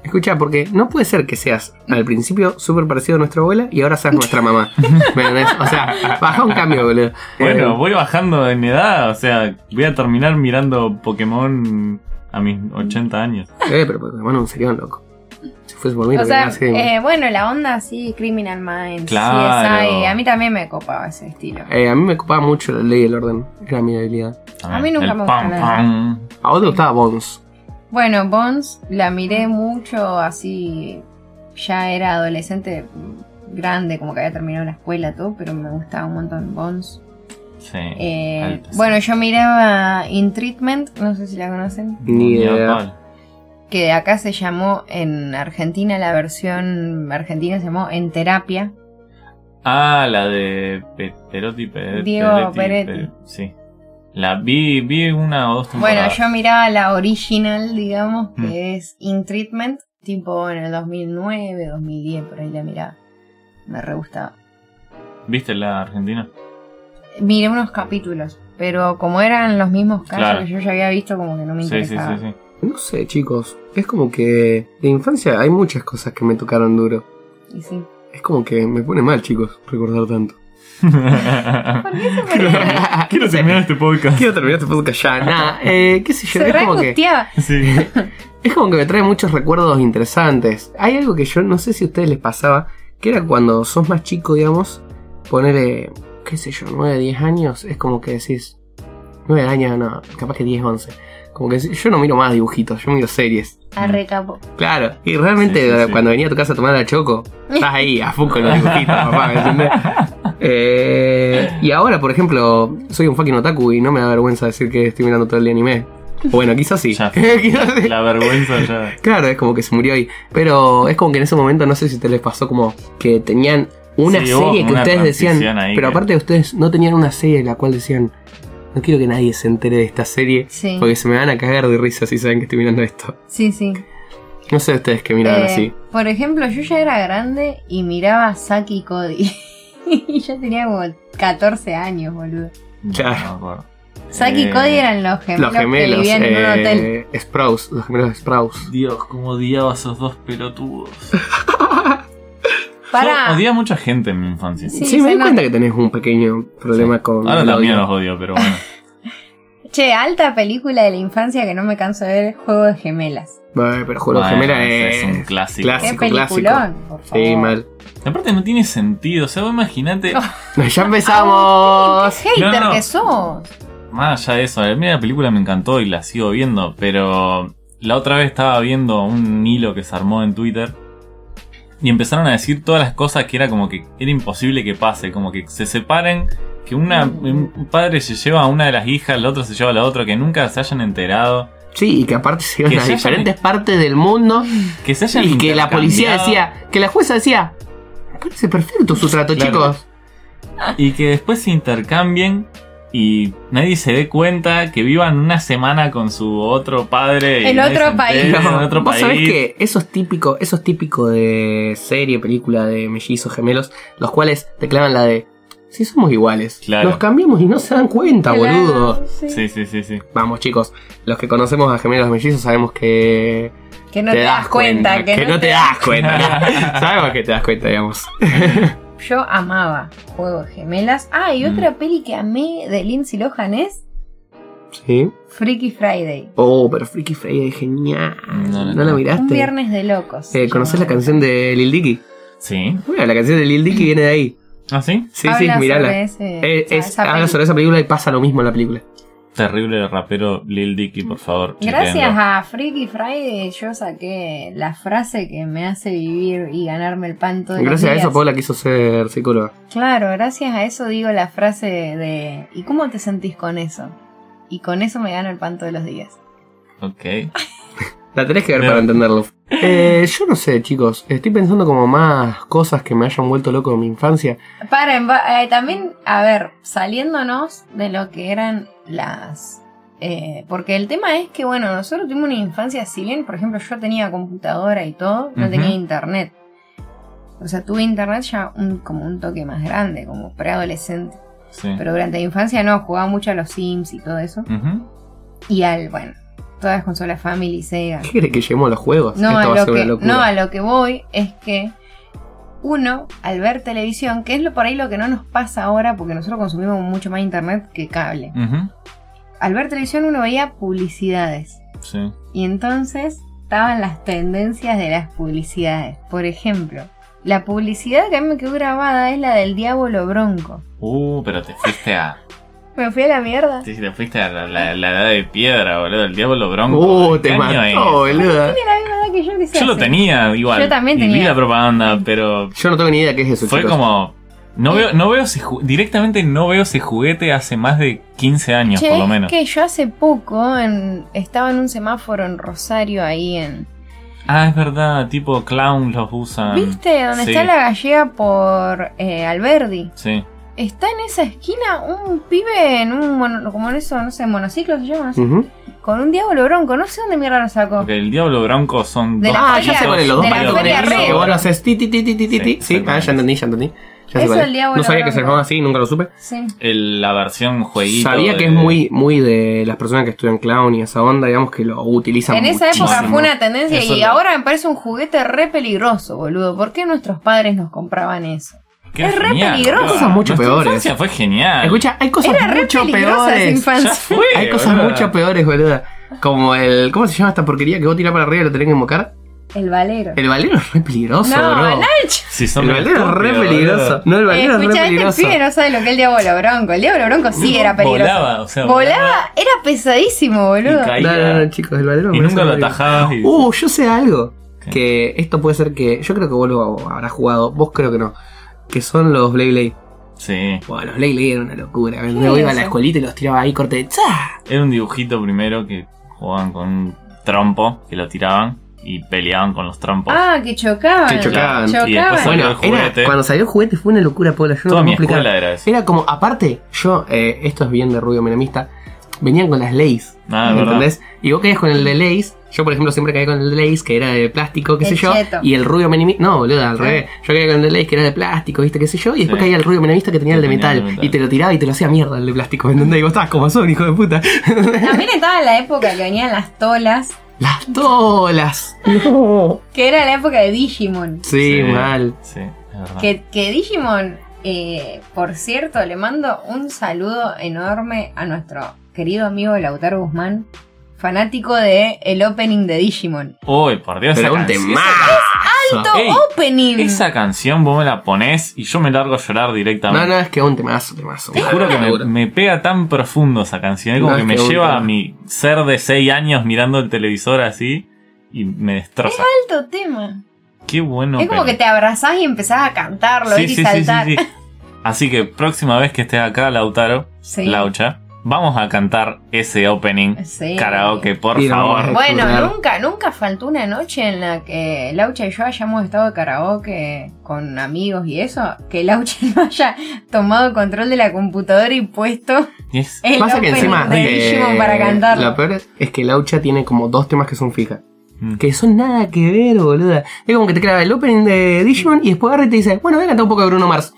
Speaker 1: Escucha, porque no puede ser que seas al principio súper parecido a nuestra abuela y ahora seas nuestra mamá. ¿Me entendés? O sea, baja un cambio, boludo.
Speaker 3: Bueno,
Speaker 1: Eh,
Speaker 3: voy bajando en edad, o sea, voy a terminar mirando Pokémon a mis 80 años.
Speaker 1: eh, pero Pokémon es un serión, loco. Si fuese por mí,
Speaker 2: O
Speaker 1: lo
Speaker 2: sea,
Speaker 1: que hace.
Speaker 2: eh, bueno, la onda así, Criminal Minds,
Speaker 3: Claro.
Speaker 2: CSI, a mí también me copaba ese estilo.
Speaker 1: Eh, a mí me copaba mucho la ley del orden. Era mi debilidad.
Speaker 2: A mí nunca
Speaker 3: El
Speaker 2: me
Speaker 3: pam,
Speaker 2: gustaron.
Speaker 3: pam.
Speaker 1: A vos te gustaba Bones.
Speaker 2: Bueno, Bones la miré mucho así, ya era adolescente mm, grande, como que había terminado la escuela todo, pero me gustaba un montón Bones.
Speaker 3: Sí.
Speaker 2: Eh,
Speaker 3: alta, sí.
Speaker 2: bueno, yo miraba In Treatment, no sé si la conocen,
Speaker 1: Ni
Speaker 3: Ni a
Speaker 1: idea.
Speaker 3: palo.
Speaker 2: que acá se llamó en Argentina, la versión argentina se llamó En Terapia.
Speaker 3: Ah, la de Pe- Perotti, Pe-
Speaker 2: Diego
Speaker 3: Peretti,
Speaker 2: Peretti.
Speaker 3: Pe- sí. La vi, vi una o dos
Speaker 2: Bueno,
Speaker 3: temporadas.
Speaker 2: yo miraba la original, digamos, que
Speaker 3: Mm.
Speaker 2: es In Treatment, tipo en el 2009, 2010, por ahí la miraba. Me re gustaba.
Speaker 3: ¿Viste la Argentina?
Speaker 2: Miré unos capítulos, pero como eran los mismos casos
Speaker 3: Claro.
Speaker 2: que yo ya había visto, como que no me
Speaker 3: Sí, sí,
Speaker 2: interesaba.
Speaker 3: sí, sí.
Speaker 1: No sé, chicos. Es como que de infancia hay muchas cosas que me tocaron duro.
Speaker 2: Y sí.
Speaker 1: Es como que me pone mal, chicos, recordar tanto.
Speaker 2: ¿Por qué se ponía-
Speaker 3: Quiero terminar este podcast.
Speaker 1: Quiero terminar este podcast ya. Nada, eh, qué sé yo.
Speaker 2: Se
Speaker 1: es,
Speaker 2: re
Speaker 1: como que, Mm.
Speaker 2: angustiaba.
Speaker 3: Sí.
Speaker 1: es como que me trae muchos recuerdos interesantes. Hay algo que yo no sé si a ustedes les pasaba, que era cuando sos más chico, digamos, ponerle, qué sé yo, 9, 10 años, es como que decís, 9 años, no, capaz que 10, 11. Como que decís, yo no miro más dibujitos, yo miro series.
Speaker 2: A recapo.
Speaker 1: Claro, y realmente eh,
Speaker 3: Sí, sí, sí.
Speaker 1: cuando venía a tu casa a tomar la choco, estás ahí a full con los dibujitos, papá, ¿me entendés? Eh, y ahora, por ejemplo, soy un fucking otaku y no me da vergüenza decir que estoy mirando todo el día anime. O Bueno, quizás sí.
Speaker 3: Ya.
Speaker 1: Quizás sí.
Speaker 3: La vergüenza ya.
Speaker 1: Claro, es como que se murió ahí. Pero es como que en ese momento, no sé si te les pasó como que tenían una
Speaker 3: Sí, hubo
Speaker 1: serie
Speaker 3: como
Speaker 1: que
Speaker 3: una
Speaker 1: ustedes decían.
Speaker 3: transición ahí
Speaker 1: Pero
Speaker 3: que-
Speaker 1: aparte, ustedes no tenían una serie en la cual decían: No quiero que nadie se entere de esta serie
Speaker 2: Sí.
Speaker 1: porque se me van a cagar de risa si saben que estoy mirando esto.
Speaker 2: Sí, sí.
Speaker 1: No sé ustedes que miraban
Speaker 2: Eh,
Speaker 1: así.
Speaker 2: Por ejemplo, yo ya era grande y miraba a Saki y Cody. y yo tenía como 14 años, boludo.
Speaker 1: Claro.
Speaker 3: No me acuerdo.
Speaker 2: Saki y
Speaker 3: Eh,
Speaker 2: Cody eran los gemelos,
Speaker 1: Los gemelos,
Speaker 2: que vivían en un hotel.
Speaker 1: eh, Sprouse, los gemelos Sprouse.
Speaker 3: Dios, cómo odiaba a esos dos pelotudos. Yo
Speaker 2: Pará.
Speaker 3: odiaba a mucha gente en mi infancia.
Speaker 2: Sí,
Speaker 1: Sí, me
Speaker 2: se
Speaker 1: di
Speaker 2: nota.
Speaker 1: cuenta que tenés un pequeño problema con.
Speaker 3: Ahora
Speaker 1: el
Speaker 3: también
Speaker 1: audio.
Speaker 3: Ah, los odio, pero bueno.
Speaker 2: Che, alta película de la infancia que no me canso de ver, Juego de Gemelas.
Speaker 1: Bueno, pero Juego de
Speaker 3: Bueno,
Speaker 1: Gemela
Speaker 3: ese
Speaker 1: es.
Speaker 3: es un clásico.
Speaker 2: Qué
Speaker 1: clásico, clásico.
Speaker 2: peliculón, por favor.
Speaker 1: eh, Sí, mal.
Speaker 3: Aparte no tiene sentido, o sea, vos imaginate,
Speaker 1: Ya empezamos.
Speaker 2: Hater
Speaker 3: No, no.
Speaker 2: que sos.
Speaker 3: más allá de eso, a mí la película me encantó y la sigo viendo, pero La otra vez estaba viendo un hilo que se armó en Twitter y empezaron a decir todas las cosas que era como que era imposible que pase, como que se separen, que una,
Speaker 1: Mm.
Speaker 3: un padre se lleva a una de las hijas, el otro se lleva a la otra, que nunca se hayan enterado,
Speaker 1: Sí, y que aparte se iban
Speaker 3: Que
Speaker 1: a
Speaker 3: se hayan-
Speaker 1: diferentes partes del mundo
Speaker 3: que se hayan
Speaker 1: y que la policía
Speaker 3: intercambiado,
Speaker 1: decía, que la jueza decía, "Me parece perfecto su trato,
Speaker 3: Claro.
Speaker 1: chicos.
Speaker 3: y que después se intercambien y nadie se dé cuenta que vivan una semana con su otro padre y
Speaker 2: En
Speaker 3: nadie
Speaker 2: otro
Speaker 3: se
Speaker 2: país.
Speaker 3: entere, Eh, en otro
Speaker 1: ¿Vos
Speaker 3: país.
Speaker 1: sabés que eso es típico, eso es típico de serie, película de mellizos gemelos, los cuales te clavan la de si somos iguales,
Speaker 3: Claro.
Speaker 1: nos cambiamos y no se dan cuenta,
Speaker 2: Claro,
Speaker 1: boludo.
Speaker 2: sí.
Speaker 3: Sí, sí, sí, sí.
Speaker 1: Vamos, chicos, los que conocemos a gemelos mellizos sabemos que
Speaker 2: Que no te, das cuenta.
Speaker 1: que, no te das cuenta. sabemos que te das cuenta, digamos.
Speaker 2: Yo amaba Juego de Gemelas. Ah, y
Speaker 3: Mm.
Speaker 2: otra peli que amé de Lindsay Lohan es
Speaker 1: Sí.
Speaker 2: Freaky Friday.
Speaker 1: Oh, pero Freaky Friday es genial. No,
Speaker 3: No, no,
Speaker 1: la
Speaker 3: no.
Speaker 1: miraste.
Speaker 2: Un viernes de locos.
Speaker 1: Eh, ¿Conoces la canción de Lil Dicky?
Speaker 3: Sí.
Speaker 1: Bueno, la canción de Lil Dicky viene de ahí.
Speaker 3: ¿Ah, sí?
Speaker 1: Sí,
Speaker 2: Habla
Speaker 1: sí,
Speaker 2: sobre
Speaker 1: mirala.
Speaker 2: ese-
Speaker 1: Eh,
Speaker 2: o sea,
Speaker 1: es,
Speaker 2: esa
Speaker 1: habla
Speaker 2: peli.
Speaker 1: sobre esa película y pasa lo mismo en la película.
Speaker 3: Terrible el rapero Lil Dicky, por favor.
Speaker 2: Gracias ah.
Speaker 3: chequenlo.
Speaker 2: a Freaky Friday yo saqué la frase que me hace vivir y ganarme el pan todo
Speaker 1: Gracias a eso Paula quiso ser psicóloga.
Speaker 2: Claro, gracias a eso digo la frase de ¿y cómo te sentís con eso? Y con eso me gano el pan todos los días.
Speaker 3: Ok.
Speaker 1: La tenés que ver
Speaker 3: Bien.
Speaker 1: para entenderlo. Eh, yo no sé, chicos. Estoy pensando como más cosas que me hayan vuelto loco en mi infancia.
Speaker 2: Para, en va- eh, también, a ver, saliéndonos de lo que eran las... eh, porque el tema es que, bueno, nosotros tuvimos una infancia, si bien, por ejemplo, yo tenía computadora y todo, no
Speaker 3: Ujú.
Speaker 2: tenía internet. O sea, tuve internet ya un- como un toque más grande, como preadolescente.
Speaker 3: Sí.
Speaker 2: Pero durante la infancia no, jugaba mucho a los Sims y todo eso.
Speaker 3: Ujú.
Speaker 2: Y al, bueno, todas las consolas Family, Sega.
Speaker 1: ¿Qué crees que llevemos los juegos?
Speaker 2: No,
Speaker 1: Esto va
Speaker 2: a
Speaker 1: a ser
Speaker 2: lo que,
Speaker 1: una locura.
Speaker 2: no, a lo que voy es que uno, al ver televisión, que es lo por ahí lo que no nos pasa ahora, porque nosotros consumimos mucho más internet que
Speaker 3: Mm.
Speaker 2: cable.
Speaker 3: Ujú.
Speaker 2: Al ver televisión uno veía publicidades.
Speaker 3: Sí.
Speaker 2: Y entonces estaban las tendencias de las publicidades. Por ejemplo, la publicidad que a mí me quedó grabada es la del diablo bronco.
Speaker 3: Uh, pero te fuiste a.
Speaker 2: Me fui a la mierda.
Speaker 3: Sí, te fuiste a la, la- la edad de piedra, boludo. El diablo bronco.
Speaker 1: Uh,
Speaker 3: ¿De qué
Speaker 1: te
Speaker 3: año es?
Speaker 1: mató, eh. boluda.
Speaker 2: Tiene la misma edad que yo que sé
Speaker 3: Yo lo
Speaker 2: hace.
Speaker 3: tenía igual.
Speaker 2: Yo también
Speaker 3: y
Speaker 2: tenía.
Speaker 3: Vi la propaganda, pero
Speaker 1: Yo no tengo ni idea qué es eso,
Speaker 3: fue
Speaker 1: chicos.
Speaker 3: como. No veo, no veo ese ju- directamente no veo ese juguete hace más de 15 años,
Speaker 2: Che,
Speaker 3: por lo
Speaker 2: es
Speaker 3: menos.
Speaker 2: que yo hace poco en- estaba en un semáforo en Rosario ahí en,
Speaker 3: Ah, es verdad, tipo clown los usan.
Speaker 2: ¿Viste? Donde
Speaker 3: sí.
Speaker 2: está la gallega por eh, Alberdi.
Speaker 3: Sí.
Speaker 2: Está en esa esquina un pibe en un mono- como en eso, no sé, monociclo se llama, no sé,
Speaker 1: Ujú.
Speaker 2: con un diablo bronco, no sé dónde mierda lo sacó.
Speaker 3: Porque el diablo bronco son
Speaker 2: De
Speaker 3: dos.
Speaker 2: la
Speaker 1: Ah,
Speaker 2: feria-
Speaker 1: ya sé cuál es, los dos
Speaker 2: de la
Speaker 1: palitos
Speaker 2: feria
Speaker 1: negros
Speaker 2: re.
Speaker 1: que vos lo haces ti, ti, ti, ti, ti, ti,
Speaker 3: Sí,
Speaker 1: ti. Sí, ah, ya entendí, ya entendí. Ya sé
Speaker 2: Eso
Speaker 1: cuál es.
Speaker 2: el diablo
Speaker 1: No sabía que se
Speaker 2: blanco.
Speaker 1: llamaba así, nunca lo supe.
Speaker 2: Sí.
Speaker 3: El- la versión jueguito.
Speaker 1: Sabía que
Speaker 3: de-
Speaker 1: es muy, muy de las personas que estudian clown y esa onda, digamos, que lo utilizan
Speaker 2: En esa época
Speaker 1: muchísimo.
Speaker 2: fue una tendencia
Speaker 3: Eso
Speaker 2: y
Speaker 3: lo-
Speaker 2: ahora me parece un juguete re peligroso, boludo. ¿Por qué nuestros padres nos compraban eso?
Speaker 3: Qué
Speaker 2: es re
Speaker 3: genial,
Speaker 2: peligroso.
Speaker 3: boludo.
Speaker 1: Cosas mucho
Speaker 3: Nuestra
Speaker 1: peores.
Speaker 3: infancia fue genial.
Speaker 1: Escucha, hay cosas
Speaker 2: Era re
Speaker 1: mucho
Speaker 2: peligrosa esa
Speaker 1: peores.
Speaker 2: infancia.
Speaker 3: Ya fue,
Speaker 1: Hay cosas
Speaker 3: boludo.
Speaker 1: mucho peores, boluda. Como el. ¿Cómo se llama esta porquería que vos tirás para arriba y lo tenés que invocar?
Speaker 2: El valero.
Speaker 1: El valero es re peligroso,
Speaker 2: no,
Speaker 1: bro.
Speaker 2: Nacho.
Speaker 3: Si son
Speaker 1: El valero es re
Speaker 3: estúpidos,
Speaker 1: peligroso.
Speaker 3: boludo.
Speaker 1: No, el
Speaker 2: Eh,
Speaker 1: valero es re
Speaker 2: escucha,
Speaker 1: peligroso.
Speaker 2: este pibe no sabe lo que es el diablo bronco. El diablo bronco sí era peligroso.
Speaker 3: Volaba, o sea,
Speaker 2: Volaba, era pesadísimo, boludo.
Speaker 3: Y caía.
Speaker 1: No, no, no, chicos, el valero
Speaker 3: Y
Speaker 1: me parece
Speaker 3: nunca lo
Speaker 1: horrible.
Speaker 3: atajabas. y-
Speaker 1: Uh, yo sé algo.
Speaker 3: ¿Qué?
Speaker 1: Que esto puede ser que. Yo creo que vos lo habrás jugado. Vos creo que no. Que son los Blay Blay.
Speaker 3: Sí.
Speaker 1: Bueno, los Blay Blay eran una locura. Me
Speaker 2: es
Speaker 1: iba a
Speaker 2: eso?
Speaker 1: la escuelita y los tiraba ahí corte de ¡tsa!
Speaker 3: Era un dibujito primero que jugaban con un trompo que lo tiraban y peleaban con los trompos.
Speaker 2: Ah, que chocaban.
Speaker 1: Que chocaban.
Speaker 2: Chocaban.
Speaker 3: Y después salió el
Speaker 1: Era-
Speaker 3: juguete.
Speaker 1: cuando salió el juguete fue una locura, Paula. Yo no te
Speaker 3: Toda
Speaker 1: puedo
Speaker 3: mi
Speaker 1: explicar.
Speaker 3: escuela era eso.
Speaker 1: Era como, aparte, yo, eh, esto es bien de rubio menemista, venían con las leis.
Speaker 3: Ah, es verdad.
Speaker 1: ¿Entendés? Y vos caías con el de Lays. Yo, por ejemplo, siempre caí con el de Lays, que era de plástico, qué
Speaker 2: El
Speaker 1: sé yo.
Speaker 2: cheto.
Speaker 1: Y el rubio menemista. No, boludo, al revés. Yo caía con el de Lays, que era de plástico, viste, qué sé yo. Y después
Speaker 3: Sí.
Speaker 1: caía el rubio menemista, que tenía
Speaker 3: Que
Speaker 1: el de
Speaker 3: tenía
Speaker 1: metal,
Speaker 3: el de metal.
Speaker 1: Y te lo tiraba y te lo hacía mierda el de plástico, ¿entendés? Y vos estabas como son, hijo de puta.
Speaker 2: También estaba la época que venían las tolas,
Speaker 1: Las tolas. No.
Speaker 2: que era la época de Digimon.
Speaker 1: Sí, mal.
Speaker 3: Sí, es verdad.
Speaker 2: Que, que Digimon, eh, por cierto, le mando un saludo enorme a nuestro querido amigo Lautaro Guzmán, fanático de el opening de Digimon.
Speaker 3: Uy, por Dios,
Speaker 1: Pero
Speaker 3: esa
Speaker 1: un
Speaker 3: canción-
Speaker 1: tema. temazo.
Speaker 2: ¡Alto
Speaker 3: Ah, Ey,
Speaker 2: opening!
Speaker 3: Esa canción vos me la ponés y yo me largo a llorar
Speaker 1: No,
Speaker 3: directamente.
Speaker 1: no, es que un temazo, temazo.
Speaker 3: Te juro que me, me pega tan profundo esa canción. Es como
Speaker 1: No,
Speaker 3: que
Speaker 1: es
Speaker 3: me
Speaker 1: que un
Speaker 3: lleva
Speaker 1: tema.
Speaker 3: a mi ser de 6 años mirando el televisor así y me destroza.
Speaker 2: ¡Alto tema!
Speaker 3: Qué bueno.
Speaker 2: es como
Speaker 3: pero-
Speaker 2: que te abrazás y empezás a cantarlo
Speaker 3: Sí,
Speaker 2: ¿viste?
Speaker 3: sí,
Speaker 2: y
Speaker 3: sí, sí,
Speaker 2: saltar.
Speaker 3: sí. Así que próxima vez que estés acá, Lautaro,
Speaker 2: Sí.
Speaker 3: Laucha, vamos a cantar ese opening
Speaker 2: Sí.
Speaker 3: karaoke, por
Speaker 1: Sí, no,
Speaker 3: favor.
Speaker 1: no.
Speaker 2: Bueno,
Speaker 1: Claro.
Speaker 2: nunca, nunca faltó una noche en la que Laucha y yo hayamos estado de karaoke con amigos y eso, que Laucha no haya tomado el control de la computadora y puesto
Speaker 3: Yes.
Speaker 2: el
Speaker 1: Pasa que
Speaker 2: opening
Speaker 1: encima.
Speaker 2: de
Speaker 1: eh,
Speaker 2: Digimon para cantarlo.
Speaker 1: Lo peor es- es que Laucha tiene como dos temas que son fijas.
Speaker 3: Mm.
Speaker 1: Que son nada que ver, boluda. Es como que te graba el opening de Digimon y después agarra y te dice, bueno, voy a cantar un poco de Bruno Mars.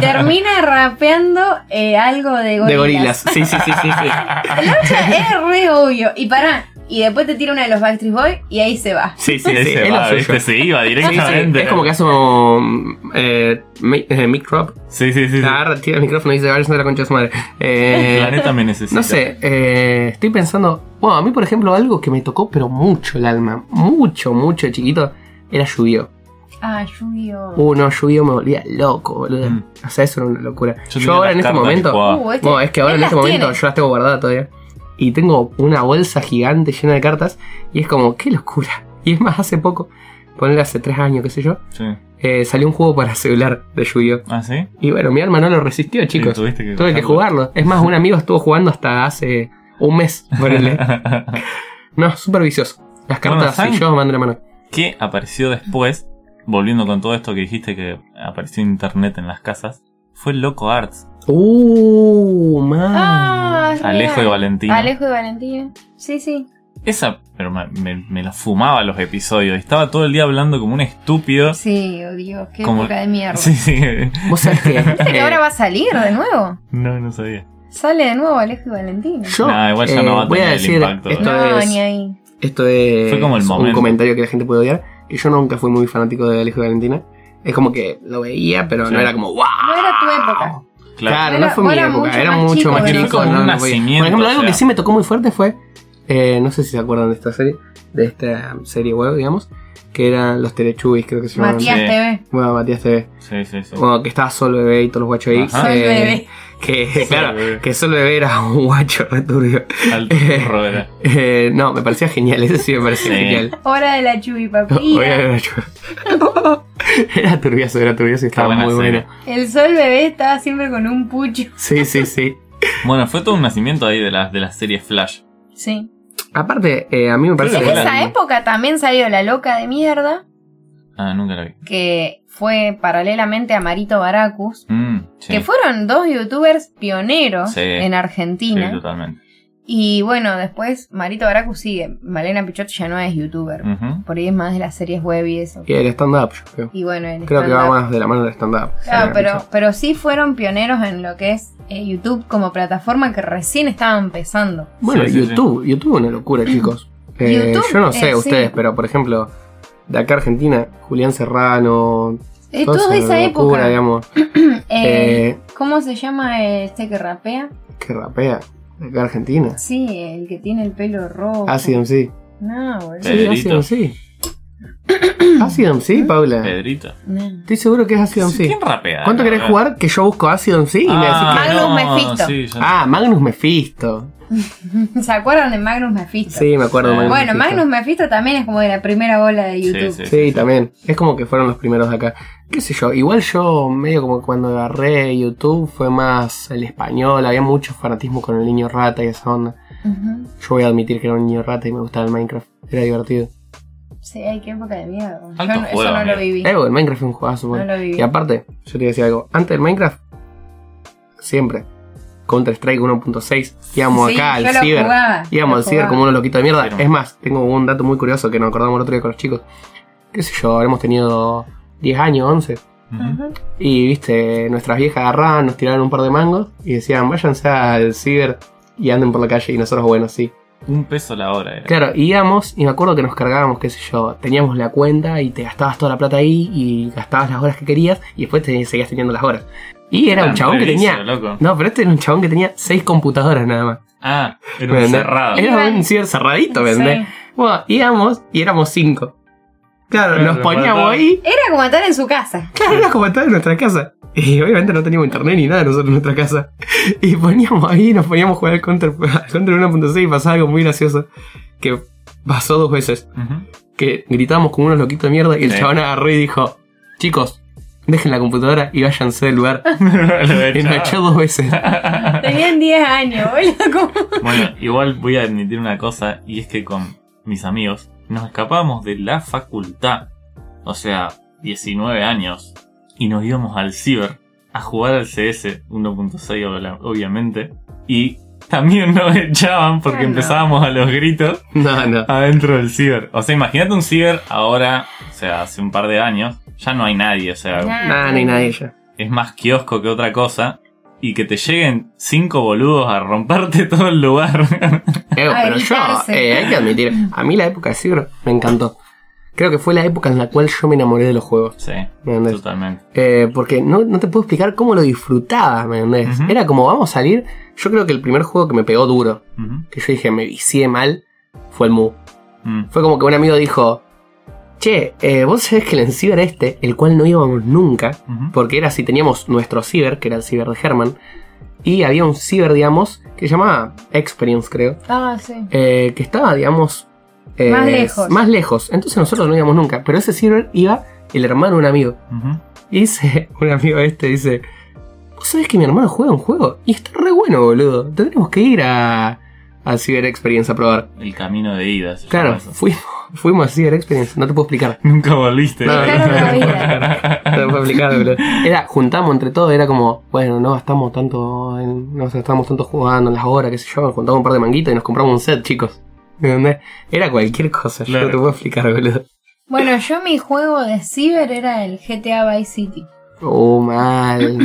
Speaker 2: termina rapeando eh, algo de gorilas.
Speaker 1: De gorilas. Sí, sí, sí, sí. sí.
Speaker 2: Laucha es re obvio. Y pará, y después te tira una de los Backstreet Boys y ahí se va.
Speaker 1: Sí, sí,
Speaker 3: Sí,
Speaker 1: sí,
Speaker 3: se
Speaker 1: es
Speaker 3: va,
Speaker 1: lo suyo.
Speaker 3: ¿viste? Se iba
Speaker 1: Sí, sí,
Speaker 3: directamente.
Speaker 1: Es como que hace como. Eh, Mi- eh, Mick Crop.
Speaker 3: Sí, sí, sí. sí.
Speaker 1: Agarra, tira el micrófono y dice, vaya, no la concha de su madre. Eh,
Speaker 3: El planeta me necesita.
Speaker 1: No sé, eh, estoy pensando. Bueno, a mí, por ejemplo, algo que me tocó, pero mucho el alma, mucho, mucho de chiquito, era Yu-Gi-Oh!
Speaker 2: Ah, Yu-Gi-Oh!
Speaker 1: Uh, no, Yu-Gi-Oh! me volvía loco, boludo.
Speaker 3: Mm.
Speaker 1: O sea, eso era una locura. Yo,
Speaker 3: tenía
Speaker 1: ahora
Speaker 3: las
Speaker 1: en este
Speaker 3: cartas que
Speaker 1: momento.
Speaker 3: jugaba.
Speaker 2: Uh, este-
Speaker 1: Bueno, es que ahora
Speaker 2: él
Speaker 1: en este
Speaker 2: las
Speaker 1: momento
Speaker 2: tiene.
Speaker 1: yo las tengo guardadas todavía. Y tengo una bolsa gigante llena de cartas. Y es como, qué locura. Y es más, hace poco, ponerle hace tres años, qué sé yo,
Speaker 3: Sí.
Speaker 1: eh, salió un juego para celular de Yu-Gi-Oh!
Speaker 3: ¿Ah, sí?
Speaker 1: Y bueno, mi alma no lo resistió, chicos.
Speaker 3: Sí, tuviste que
Speaker 1: Tuve que jugarlo. Es más, un amigo estuvo jugando hasta hace un mes. ponele. No, súper vicioso. Las
Speaker 3: Bueno,
Speaker 1: cartas
Speaker 3: ¿saben?
Speaker 1: y yo mando la mano.
Speaker 3: que apareció después, volviendo con todo esto que dijiste que apareció internet en las casas, fue Loco Arts,
Speaker 1: Uh, man.
Speaker 2: Ah, es
Speaker 3: Alejo y
Speaker 2: real.
Speaker 3: Valentina.
Speaker 2: Alejo y Valentina. Sí, sí.
Speaker 3: Esa, pero me, me, me la fumaba los episodios, estaba todo el día hablando como un estúpido.
Speaker 2: Sí, oh Dios, qué
Speaker 3: Como-
Speaker 2: época de mierda.
Speaker 3: Sí, sí.
Speaker 1: Vos sabés que.
Speaker 2: Viste que
Speaker 1: eh,
Speaker 2: ahora va a salir de nuevo.
Speaker 3: No, no sabía.
Speaker 2: Sale de nuevo Alejo y Valentina.
Speaker 1: yo
Speaker 3: Nah, igual ya
Speaker 1: eh,
Speaker 3: no va a
Speaker 1: voy a
Speaker 3: tener el
Speaker 1: decir
Speaker 3: impacto.
Speaker 1: esto
Speaker 2: No,
Speaker 1: es
Speaker 2: ni ahí.
Speaker 1: esto es
Speaker 3: Fue como el
Speaker 1: un
Speaker 3: momento.
Speaker 1: comentario que la gente puede odiar que yo nunca fui muy fanático de Alejo y Valentina es como que lo veía pero
Speaker 3: Sí.
Speaker 1: no era como wow
Speaker 2: No era tu época.
Speaker 1: claro,
Speaker 2: Era-
Speaker 1: no fue mi
Speaker 2: era
Speaker 1: época
Speaker 2: mucho
Speaker 1: era
Speaker 2: más
Speaker 1: mucho
Speaker 2: chico
Speaker 1: más
Speaker 2: que
Speaker 1: chico,
Speaker 2: nosotros.
Speaker 1: no, no
Speaker 3: Un
Speaker 1: lo veía.
Speaker 3: nacimiento,
Speaker 1: por ejemplo algo
Speaker 3: o sea.
Speaker 1: que sí me tocó muy fuerte fue eh, no sé si se acuerdan de esta serie de esta serie web digamos que eran los Telechubbies creo que se llamaban
Speaker 2: Matías
Speaker 3: Sí.
Speaker 2: TV.
Speaker 1: bueno Matías TV
Speaker 3: Sí, sí, sí.
Speaker 1: Bueno, que estaba Sol Bebé y todos los guachos ahí.
Speaker 3: Ajá.
Speaker 2: Sol
Speaker 1: eh,
Speaker 2: Bebé.
Speaker 1: Que, claro,
Speaker 3: Bebé.
Speaker 1: que Sol Bebé era un guacho returbio.
Speaker 3: Alto turro era.
Speaker 1: Eh, no, me parecía genial, ese sí me parecía
Speaker 3: Sí.
Speaker 1: genial.
Speaker 2: Hora de la chubipapilla.
Speaker 1: Era, era turbiazo, era turbiazo y
Speaker 3: Qué
Speaker 1: estaba
Speaker 3: buena
Speaker 1: muy bueno.
Speaker 3: serie.
Speaker 2: El sol bebé estaba siempre con un pucho.
Speaker 1: Sí, sí, sí.
Speaker 3: Bueno, fue todo un nacimiento ahí de las de la serie Flash.
Speaker 2: Sí.
Speaker 1: Aparte, eh, a mí me parece
Speaker 2: En
Speaker 3: Hola.
Speaker 2: esa época también salió La Loca de Mierda,
Speaker 3: Ah, nunca la vi.
Speaker 2: que fue paralelamente a Marito Baracus,
Speaker 3: Mm, sí,
Speaker 2: que fueron dos youtubers pioneros
Speaker 3: Sí.
Speaker 2: en
Speaker 3: sí,
Speaker 2: Argentina.
Speaker 3: totalmente.
Speaker 2: Y bueno, después Marito Baracus sigue. Malena Pichot ya no es youtuber.
Speaker 1: Eh.
Speaker 3: Ujú.
Speaker 2: Por ahí es más de las series web y eso.
Speaker 1: que el stand-up, yo creo.
Speaker 2: Y bueno, el
Speaker 1: Creo que va
Speaker 2: stand-up.
Speaker 1: más de la mano del stand-up.
Speaker 2: Claro, pero, pero sí fueron pioneros en lo que es eh, YouTube como plataforma que recién estaba empezando.
Speaker 1: Bueno,
Speaker 3: Sí, sí,
Speaker 1: YouTube, YouTube es una locura, chicos. Eh,
Speaker 2: YouTube,
Speaker 1: yo no sé
Speaker 2: eh, sí.
Speaker 1: ustedes, pero por ejemplo, de acá a Argentina, Julián Serrano.
Speaker 2: Eh,
Speaker 1: toda
Speaker 2: toda
Speaker 1: locura,
Speaker 2: esa época.
Speaker 1: digamos.
Speaker 2: Eh,
Speaker 1: eh,
Speaker 2: ¿Cómo se llama este que rapea?
Speaker 1: que rapea. De acá a Argentina. Ah,
Speaker 2: Sí, el que tiene el pelo rojo.
Speaker 1: Acid MC.
Speaker 2: No, boludo.
Speaker 1: Sí,
Speaker 3: Pedrito.
Speaker 1: Acid MC. Acid
Speaker 2: ¿Eh?
Speaker 1: MC, Paula.
Speaker 3: Pedrito.
Speaker 2: No.
Speaker 1: Estoy seguro que es Acid MC.
Speaker 3: ¿Quién rapea?
Speaker 1: ¿Cuánto querés
Speaker 3: Ah,
Speaker 1: jugar? Que yo busco Acid MC y me decís que.
Speaker 2: Magnus
Speaker 3: no,
Speaker 2: Mephisto.
Speaker 3: sí, ya-
Speaker 1: Ah, Magnus Mephisto.
Speaker 2: ¿Se acuerdan de Magnus Mephisto?
Speaker 1: Sí, me acuerdo.
Speaker 3: Sí.
Speaker 1: Magnus
Speaker 2: bueno,
Speaker 1: Mephisto.
Speaker 2: Magnus Mephisto también es como de la primera ola de
Speaker 3: Sí,
Speaker 2: YouTube.
Speaker 3: sí, sí,
Speaker 1: Sí, también. Es como que fueron los primeros de acá. ¿Qué sé yo? Igual yo, medio como cuando agarré YouTube, fue más el español. Había mucho fanatismo con el niño rata y esa onda.
Speaker 2: Ujú.
Speaker 1: Yo voy a admitir que era un niño rata y me gustaba el Minecraft. Era divertido.
Speaker 2: Sí, ay, qué época de mierda. Yo
Speaker 3: Alto
Speaker 2: no-
Speaker 3: juego,
Speaker 2: eso no
Speaker 3: amigo.
Speaker 2: lo viví.
Speaker 1: Eh, bueno, el Minecraft fue un juegazo.
Speaker 2: No
Speaker 1: bueno.
Speaker 2: lo viví.
Speaker 1: Y aparte, yo te voy a decir algo. Antes del Minecraft, siempre. Counter Strike 1.6. Íbamos
Speaker 2: Sí,
Speaker 1: acá al
Speaker 2: yo lo
Speaker 1: ciber.
Speaker 2: jugaba,
Speaker 1: Íbamos
Speaker 2: lo
Speaker 1: al ciber
Speaker 2: jugaba.
Speaker 1: como unos loquitos de mierda.
Speaker 3: Pero-
Speaker 1: Es más, tengo un dato muy curioso que nos acordamos el otro día con los chicos. Qué sé yo, habremos tenido 10 años, 11.
Speaker 3: Ujú.
Speaker 2: Ujú.
Speaker 1: Y viste, nuestras viejas agarraban, nos tiraban un par de mangos y decían, váyanse al ciber y anden por la calle. Y nosotros, bueno, sí.
Speaker 3: Un peso la hora era.
Speaker 1: Claro, y íbamos, y me acuerdo que nos cargábamos, qué sé yo, teníamos la cuenta y te gastabas toda la plata ahí y gastabas las horas que querías y después te seguías teniendo las horas. Y era un chabón que
Speaker 3: revisa,
Speaker 1: tenía.
Speaker 3: loco.
Speaker 1: No, pero este era un chabón que tenía seis computadoras nada más.
Speaker 3: Ah,
Speaker 1: ¿Me
Speaker 3: era un
Speaker 1: entendés?
Speaker 3: cerrado.
Speaker 1: Era un ciber cerradito, ¿me entendés?
Speaker 2: Sí.
Speaker 1: Bueno, íbamos y éramos cinco. Claro,
Speaker 3: Claro,
Speaker 1: nos
Speaker 3: lo
Speaker 1: poníamos
Speaker 3: mataron.
Speaker 1: ahí.
Speaker 2: Era como estar en su casa.
Speaker 1: Claro, era como estar en nuestra casa. Y obviamente no teníamos internet ni nada nosotros en nuestra casa. Y poníamos ahí, nos poníamos a jugar al Counter, al Counter 1.6 y pasaba algo muy gracioso. Que pasó dos veces.
Speaker 3: Ujú.
Speaker 1: Que gritábamos como unos loquitos de mierda y el
Speaker 3: Sí.
Speaker 1: chabón agarró y dijo: Chicos, dejen la computadora y váyanse del lugar.
Speaker 3: Lo
Speaker 1: Y nos echó
Speaker 3: echaba.
Speaker 1: dos veces.
Speaker 2: Tenían 10 años, boludo. como-
Speaker 3: Bueno, igual voy a admitir una cosa, y es que con mis amigos nos escapamos de la facultad, o sea, 19 años, y nos íbamos al ciber a jugar al CS 1.6, obla- obviamente, y también nos echaban porque
Speaker 2: Ah, no.
Speaker 3: empezábamos a los gritos
Speaker 1: No, no.
Speaker 3: adentro del ciber. O sea, imagínate un ciber ahora, o sea, hace un par de años, ya no hay nadie, o sea,
Speaker 1: Nada, ni nadie ya.
Speaker 3: es más kiosco que otra cosa. Y que te lleguen cinco boludos a romperte todo el lugar.
Speaker 1: Eh,
Speaker 2: A
Speaker 1: pero yo,
Speaker 2: gritarse.
Speaker 1: eh, hay que admitir, a mí la época de Cyber me encantó. Creo que fue la época en la cual yo me enamoré de los juegos.
Speaker 3: sí,
Speaker 1: ¿Me entendés?
Speaker 3: totalmente.
Speaker 1: Eh, porque no, no te puedo explicar cómo lo disfrutaba, ¿me entendés?
Speaker 3: Ujú.
Speaker 1: Era como vamos a salir. Yo creo que el primer juego que me pegó duro,
Speaker 3: Ujú.
Speaker 1: que yo dije me vicié mal, fue el Mu.
Speaker 3: Mm.
Speaker 1: Fue como que un amigo dijo: Che, eh, vos sabés que el en Ciber este, el cual no íbamos nunca,
Speaker 3: Ujú.
Speaker 1: porque era si teníamos nuestro ciber, que era el ciber de Herman, y había un ciber, digamos, que se llamaba Experience, creo,
Speaker 2: Ah, sí.
Speaker 1: eh, que estaba, digamos, eh,
Speaker 2: Más lejos.
Speaker 1: más lejos. Entonces nosotros no íbamos nunca, pero ese ciber iba el hermano de un amigo.
Speaker 3: Ujú.
Speaker 1: Y dice, un amigo este dice, ¿vos sabés que mi hermano juega un juego? Y está re bueno, boludo. Tendremos que ir a, a Ciber Experience a probar.
Speaker 3: El camino de ida. se llama
Speaker 1: Claro,
Speaker 3: eso.
Speaker 1: fuimos, fuimos a Ciber Experience, no te puedo explicar.
Speaker 3: Nunca volviste.
Speaker 1: No,
Speaker 2: Dejaron la
Speaker 1: No te puedo explicar, boludo. Era, juntamos entre todos, era como, bueno, no gastamos tanto, en- no gastamos tanto jugando en las horas, qué sé yo, juntamos un par de manguitos y nos compramos un set, chicos. ¿Me entendés? Era cualquier cosa, yo
Speaker 3: Claro.
Speaker 1: no te puedo explicar, boludo.
Speaker 2: Bueno, yo mi juego de ciber era el GTA Vice City.
Speaker 1: Oh, mal.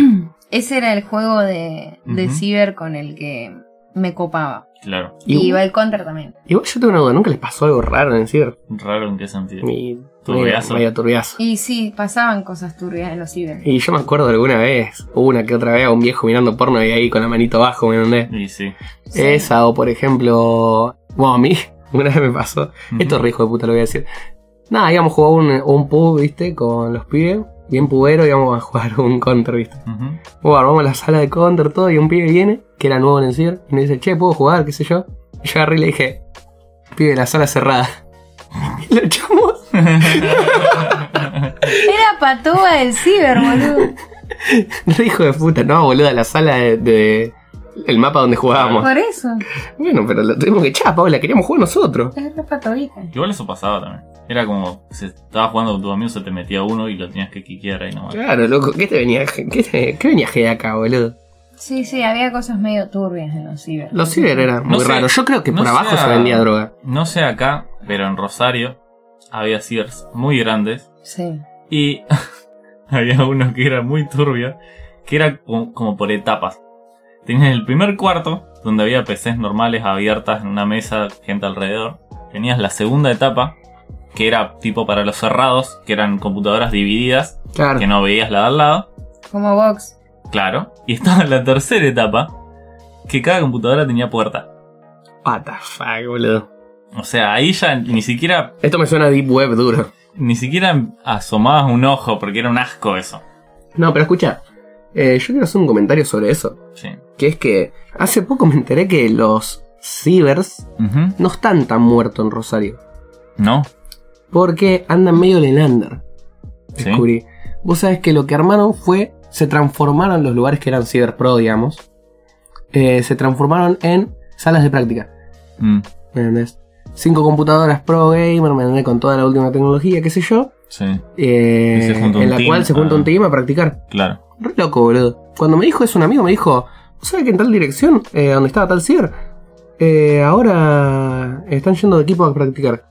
Speaker 2: Ese era el juego de, de
Speaker 3: Ujú.
Speaker 2: ciber con el que me copaba.
Speaker 3: Claro,
Speaker 2: Y
Speaker 1: Y-
Speaker 2: iba el counter también.
Speaker 1: Igual yo tengo una duda, ¿nunca les pasó algo raro en el Ciber?
Speaker 3: raro en qué sentido.
Speaker 1: Mi,
Speaker 3: Turbiazo.
Speaker 1: Medio turbiazo.
Speaker 2: Y sí, pasaban cosas turbias en los ciber.
Speaker 1: Y yo me acuerdo de alguna vez, una que otra vez, a un viejo mirando porno y ahí con la manito abajo, ¿me entendés?
Speaker 3: Y sí.
Speaker 2: Sí.
Speaker 1: Esa, o por ejemplo, bueno, a mí, una vez me pasó,
Speaker 3: Ujú.
Speaker 1: esto es re hijo de puta, lo voy a decir. Nada, íbamos a jugar un, un pub, viste, con los pibes, bien pubero, íbamos a jugar un counter, viste.
Speaker 3: Ujú.
Speaker 1: Bueno, armamos la sala de counter, todo, y un pibe viene, que era nuevo en el ciber, y me dice, che, ¿puedo jugar? ¿Qué sé yo? Y yo agarré y le dije, pibe, la sala cerrada. Y lo echamos.
Speaker 2: Era patoba del ciber, boludo.
Speaker 1: Re hijo de puta, no, boluda, la sala de, de- el mapa donde jugábamos.
Speaker 2: Por eso.
Speaker 1: Bueno, pero lo tuvimos que echar, Paula, queríamos jugar nosotros.
Speaker 2: Es re patobita.
Speaker 3: Igual eso pasaba también. Era como, se estaba jugando con tus amigos, se te metía uno y lo tenías que quiquear ahí nomás.
Speaker 1: Claro, loco, ¿qué te venía? ¿Qué, te- qué venía de acá, boludo?
Speaker 2: Sí, sí, había cosas medio turbias en los ciber.
Speaker 1: Los ciber eran
Speaker 3: No
Speaker 1: muy
Speaker 3: sé,
Speaker 1: raros. Yo creo que
Speaker 3: no
Speaker 1: por abajo
Speaker 3: sea-
Speaker 1: se vendía droga.
Speaker 3: No sé acá, pero en Rosario había cibers muy grandes
Speaker 2: Sí.
Speaker 3: y había uno que era muy turbio, que era como, como por etapas. Tenías el primer cuarto, donde había PCs normales abiertas en una mesa, gente alrededor. Tenías la segunda etapa, que era tipo para los cerrados, que eran computadoras divididas,
Speaker 1: Claro.
Speaker 3: que no veías la de al lado.
Speaker 2: Como Vox.
Speaker 3: Claro. Y estaba la tercera etapa, que cada computadora tenía puerta.
Speaker 1: What the fuck, boludo.
Speaker 3: O sea, ahí ya ni siquiera
Speaker 1: Esto me suena a Deep Web duro.
Speaker 3: Ni siquiera asomabas un ojo porque era un asco eso.
Speaker 1: No, pero escucha, eh, yo quiero hacer un comentario sobre eso.
Speaker 3: Sí.
Speaker 1: Que es que hace poco me enteré que los cibers
Speaker 3: Ujú.
Speaker 1: no están tan muertos en Rosario.
Speaker 3: No.
Speaker 1: Porque andan medio Lenander.
Speaker 3: Sí.
Speaker 1: Descubrí. Vos sabés que lo que armaron fue. Se transformaron los lugares que eran Cyberpro, digamos. eh, se transformaron en salas de práctica.
Speaker 3: Mm,
Speaker 1: ¿Me entendés? Cinco computadoras pro gamer, ¿me entendés? Con toda la última tecnología, qué sé yo.
Speaker 3: sí,
Speaker 1: eh,
Speaker 3: Y se junta un
Speaker 1: en la
Speaker 3: team ah.
Speaker 1: cual se junta
Speaker 3: a-
Speaker 1: un team a practicar.
Speaker 3: claro.
Speaker 1: Re loco, boludo. Cuando me dijo eso un amigo, me dijo, ¿Vos sabés que en tal dirección, eh, donde estaba tal ciber, eh, ahora están yendo de equipo a practicar?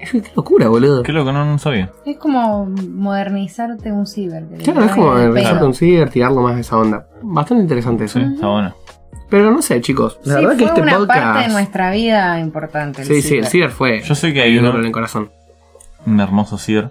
Speaker 1: Y yo, qué locura, boludo.
Speaker 3: Qué loco, no, no sabía.
Speaker 2: Es como modernizarte un ciber. que le
Speaker 1: Claro, es
Speaker 2: cae
Speaker 1: como
Speaker 2: al
Speaker 1: empezar
Speaker 2: pedo.
Speaker 1: con ciber, tirarlo más de esa onda. Bastante interesante eso.
Speaker 3: Sí, está bueno.
Speaker 1: Pero no sé, chicos. La
Speaker 2: sí,
Speaker 1: verdad que
Speaker 2: fue
Speaker 1: este
Speaker 2: una
Speaker 1: podcast.
Speaker 2: parte de nuestra vida importante. el
Speaker 1: sí, sí, el
Speaker 2: ciber.
Speaker 1: ciber fue.
Speaker 3: Yo sé que hay
Speaker 1: Hay un
Speaker 3: uno,
Speaker 1: oro en el corazón.
Speaker 3: un hermoso Sir,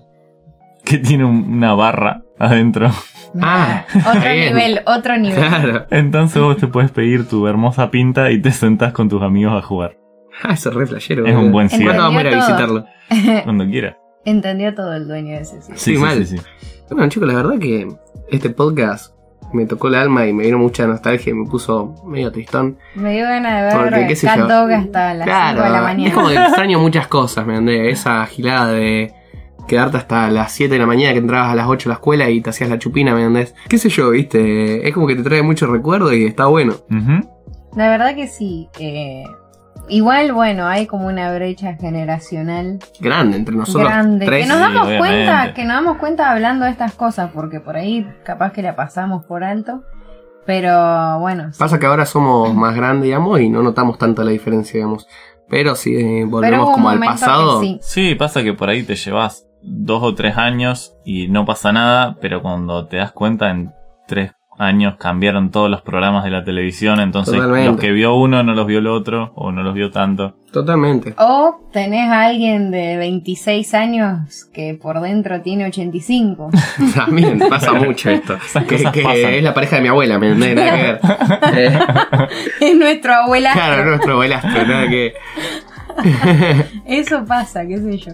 Speaker 3: que tiene un- una barra adentro.
Speaker 1: Ah,
Speaker 2: Otro
Speaker 1: bien.
Speaker 2: nivel, otro nivel.
Speaker 1: Claro.
Speaker 3: Entonces vos te puedes pedir tu hermosa pinta y te sentás con tus amigos a jugar.
Speaker 1: Ah, ese re flashero.
Speaker 3: Es
Speaker 1: boludo.
Speaker 3: un buen
Speaker 2: Entra-
Speaker 3: Sir,
Speaker 1: ¿Cuándo vamos a ir a
Speaker 2: Entendió todo.
Speaker 1: visitarlo?
Speaker 3: cuando quieras.
Speaker 2: Entendió todo el dueño de ese sitio.
Speaker 1: Sí, mal. Bueno, chicos, la verdad que este podcast me tocó el alma y me dio mucha nostalgia y me puso medio tristón.
Speaker 2: Me dio ganas de
Speaker 1: Porque, qué
Speaker 2: ver
Speaker 1: sé
Speaker 2: Cat
Speaker 1: yo.
Speaker 2: Dog hasta las 5 de la
Speaker 1: es como
Speaker 2: mañana.
Speaker 1: que extraño muchas cosas, ¿me entendés? Esa gilada de quedarte hasta las 7 de la mañana que entrabas a las 8 a la escuela y te hacías la chupina, ¿me entendés? Qué sé yo, viste, es como que te trae mucho recuerdo y está bueno.
Speaker 3: Ujú.
Speaker 2: La verdad que sí. eh, igual, bueno, hay como una brecha generacional
Speaker 1: Grande entre nosotros
Speaker 2: grande.
Speaker 1: tres.
Speaker 2: Que nos
Speaker 3: Sí,
Speaker 2: damos
Speaker 3: obviamente.
Speaker 2: cuenta, que nos damos cuenta hablando de estas cosas, porque por ahí capaz que la pasamos por alto. Pero bueno, sí.
Speaker 1: Pasa que ahora somos más grandes, digamos, y no notamos tanto la diferencia, digamos. Pero si eh,
Speaker 2: pero
Speaker 1: volvemos
Speaker 2: hubo un
Speaker 1: como al
Speaker 2: momento
Speaker 1: pasado,
Speaker 2: que sí.
Speaker 3: Sí, pasa que por ahí te llevas dos o tres años y no pasa nada, pero cuando te das cuenta en tres años cambiaron todos los programas de la televisión, entonces
Speaker 1: Totalmente.
Speaker 3: los que vio uno no los vio el otro o no los vio tanto.
Speaker 1: totalmente.
Speaker 2: O tenés a alguien de 26 años que por dentro tiene 85.
Speaker 1: También pasa mucho esto.
Speaker 3: Esas
Speaker 1: Que,
Speaker 3: cosas
Speaker 1: que
Speaker 3: pasan.
Speaker 1: es la pareja de mi abuela, ¿me entendés? Nada que ver. Eh,
Speaker 2: es nuestro abuela.
Speaker 1: claro, nuestro abuelastro, nada que.
Speaker 2: Eso pasa, qué sé yo.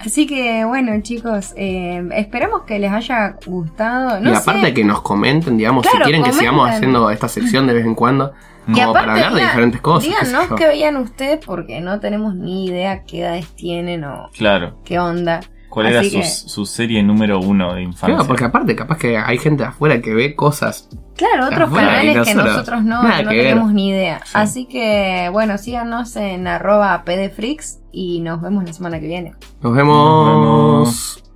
Speaker 2: Así que bueno, chicos, eh, esperamos que les haya gustado. No
Speaker 1: y
Speaker 2: sé,
Speaker 1: aparte que nos comenten, digamos, si
Speaker 2: Claro,
Speaker 1: quieren que sigamos
Speaker 2: comenten.
Speaker 1: haciendo esta sección de vez en cuando,
Speaker 3: Y
Speaker 1: como
Speaker 2: aparte,
Speaker 1: para hablar de
Speaker 2: diga-
Speaker 1: diferentes cosas. qué sé
Speaker 2: díganos
Speaker 1: yo.
Speaker 2: qué veían ustedes porque no tenemos ni idea qué edades tienen o
Speaker 3: Claro.
Speaker 2: qué onda.
Speaker 3: ¿Cuál
Speaker 2: Así
Speaker 3: era
Speaker 2: que-
Speaker 3: su, su serie número uno de infancia?
Speaker 1: Claro, porque aparte, capaz que hay gente afuera que ve cosas.
Speaker 2: Claro, otros
Speaker 1: Ah, Bueno,
Speaker 2: canales que
Speaker 1: nosotros-
Speaker 2: nosotros no,
Speaker 1: nada
Speaker 2: que no
Speaker 1: que ver.
Speaker 2: tenemos ni idea.
Speaker 3: Sí.
Speaker 2: Así que bueno, síganos en arroba pdfreaks y nos vemos la semana que viene.
Speaker 1: Nos vemos.
Speaker 3: Nos vemos.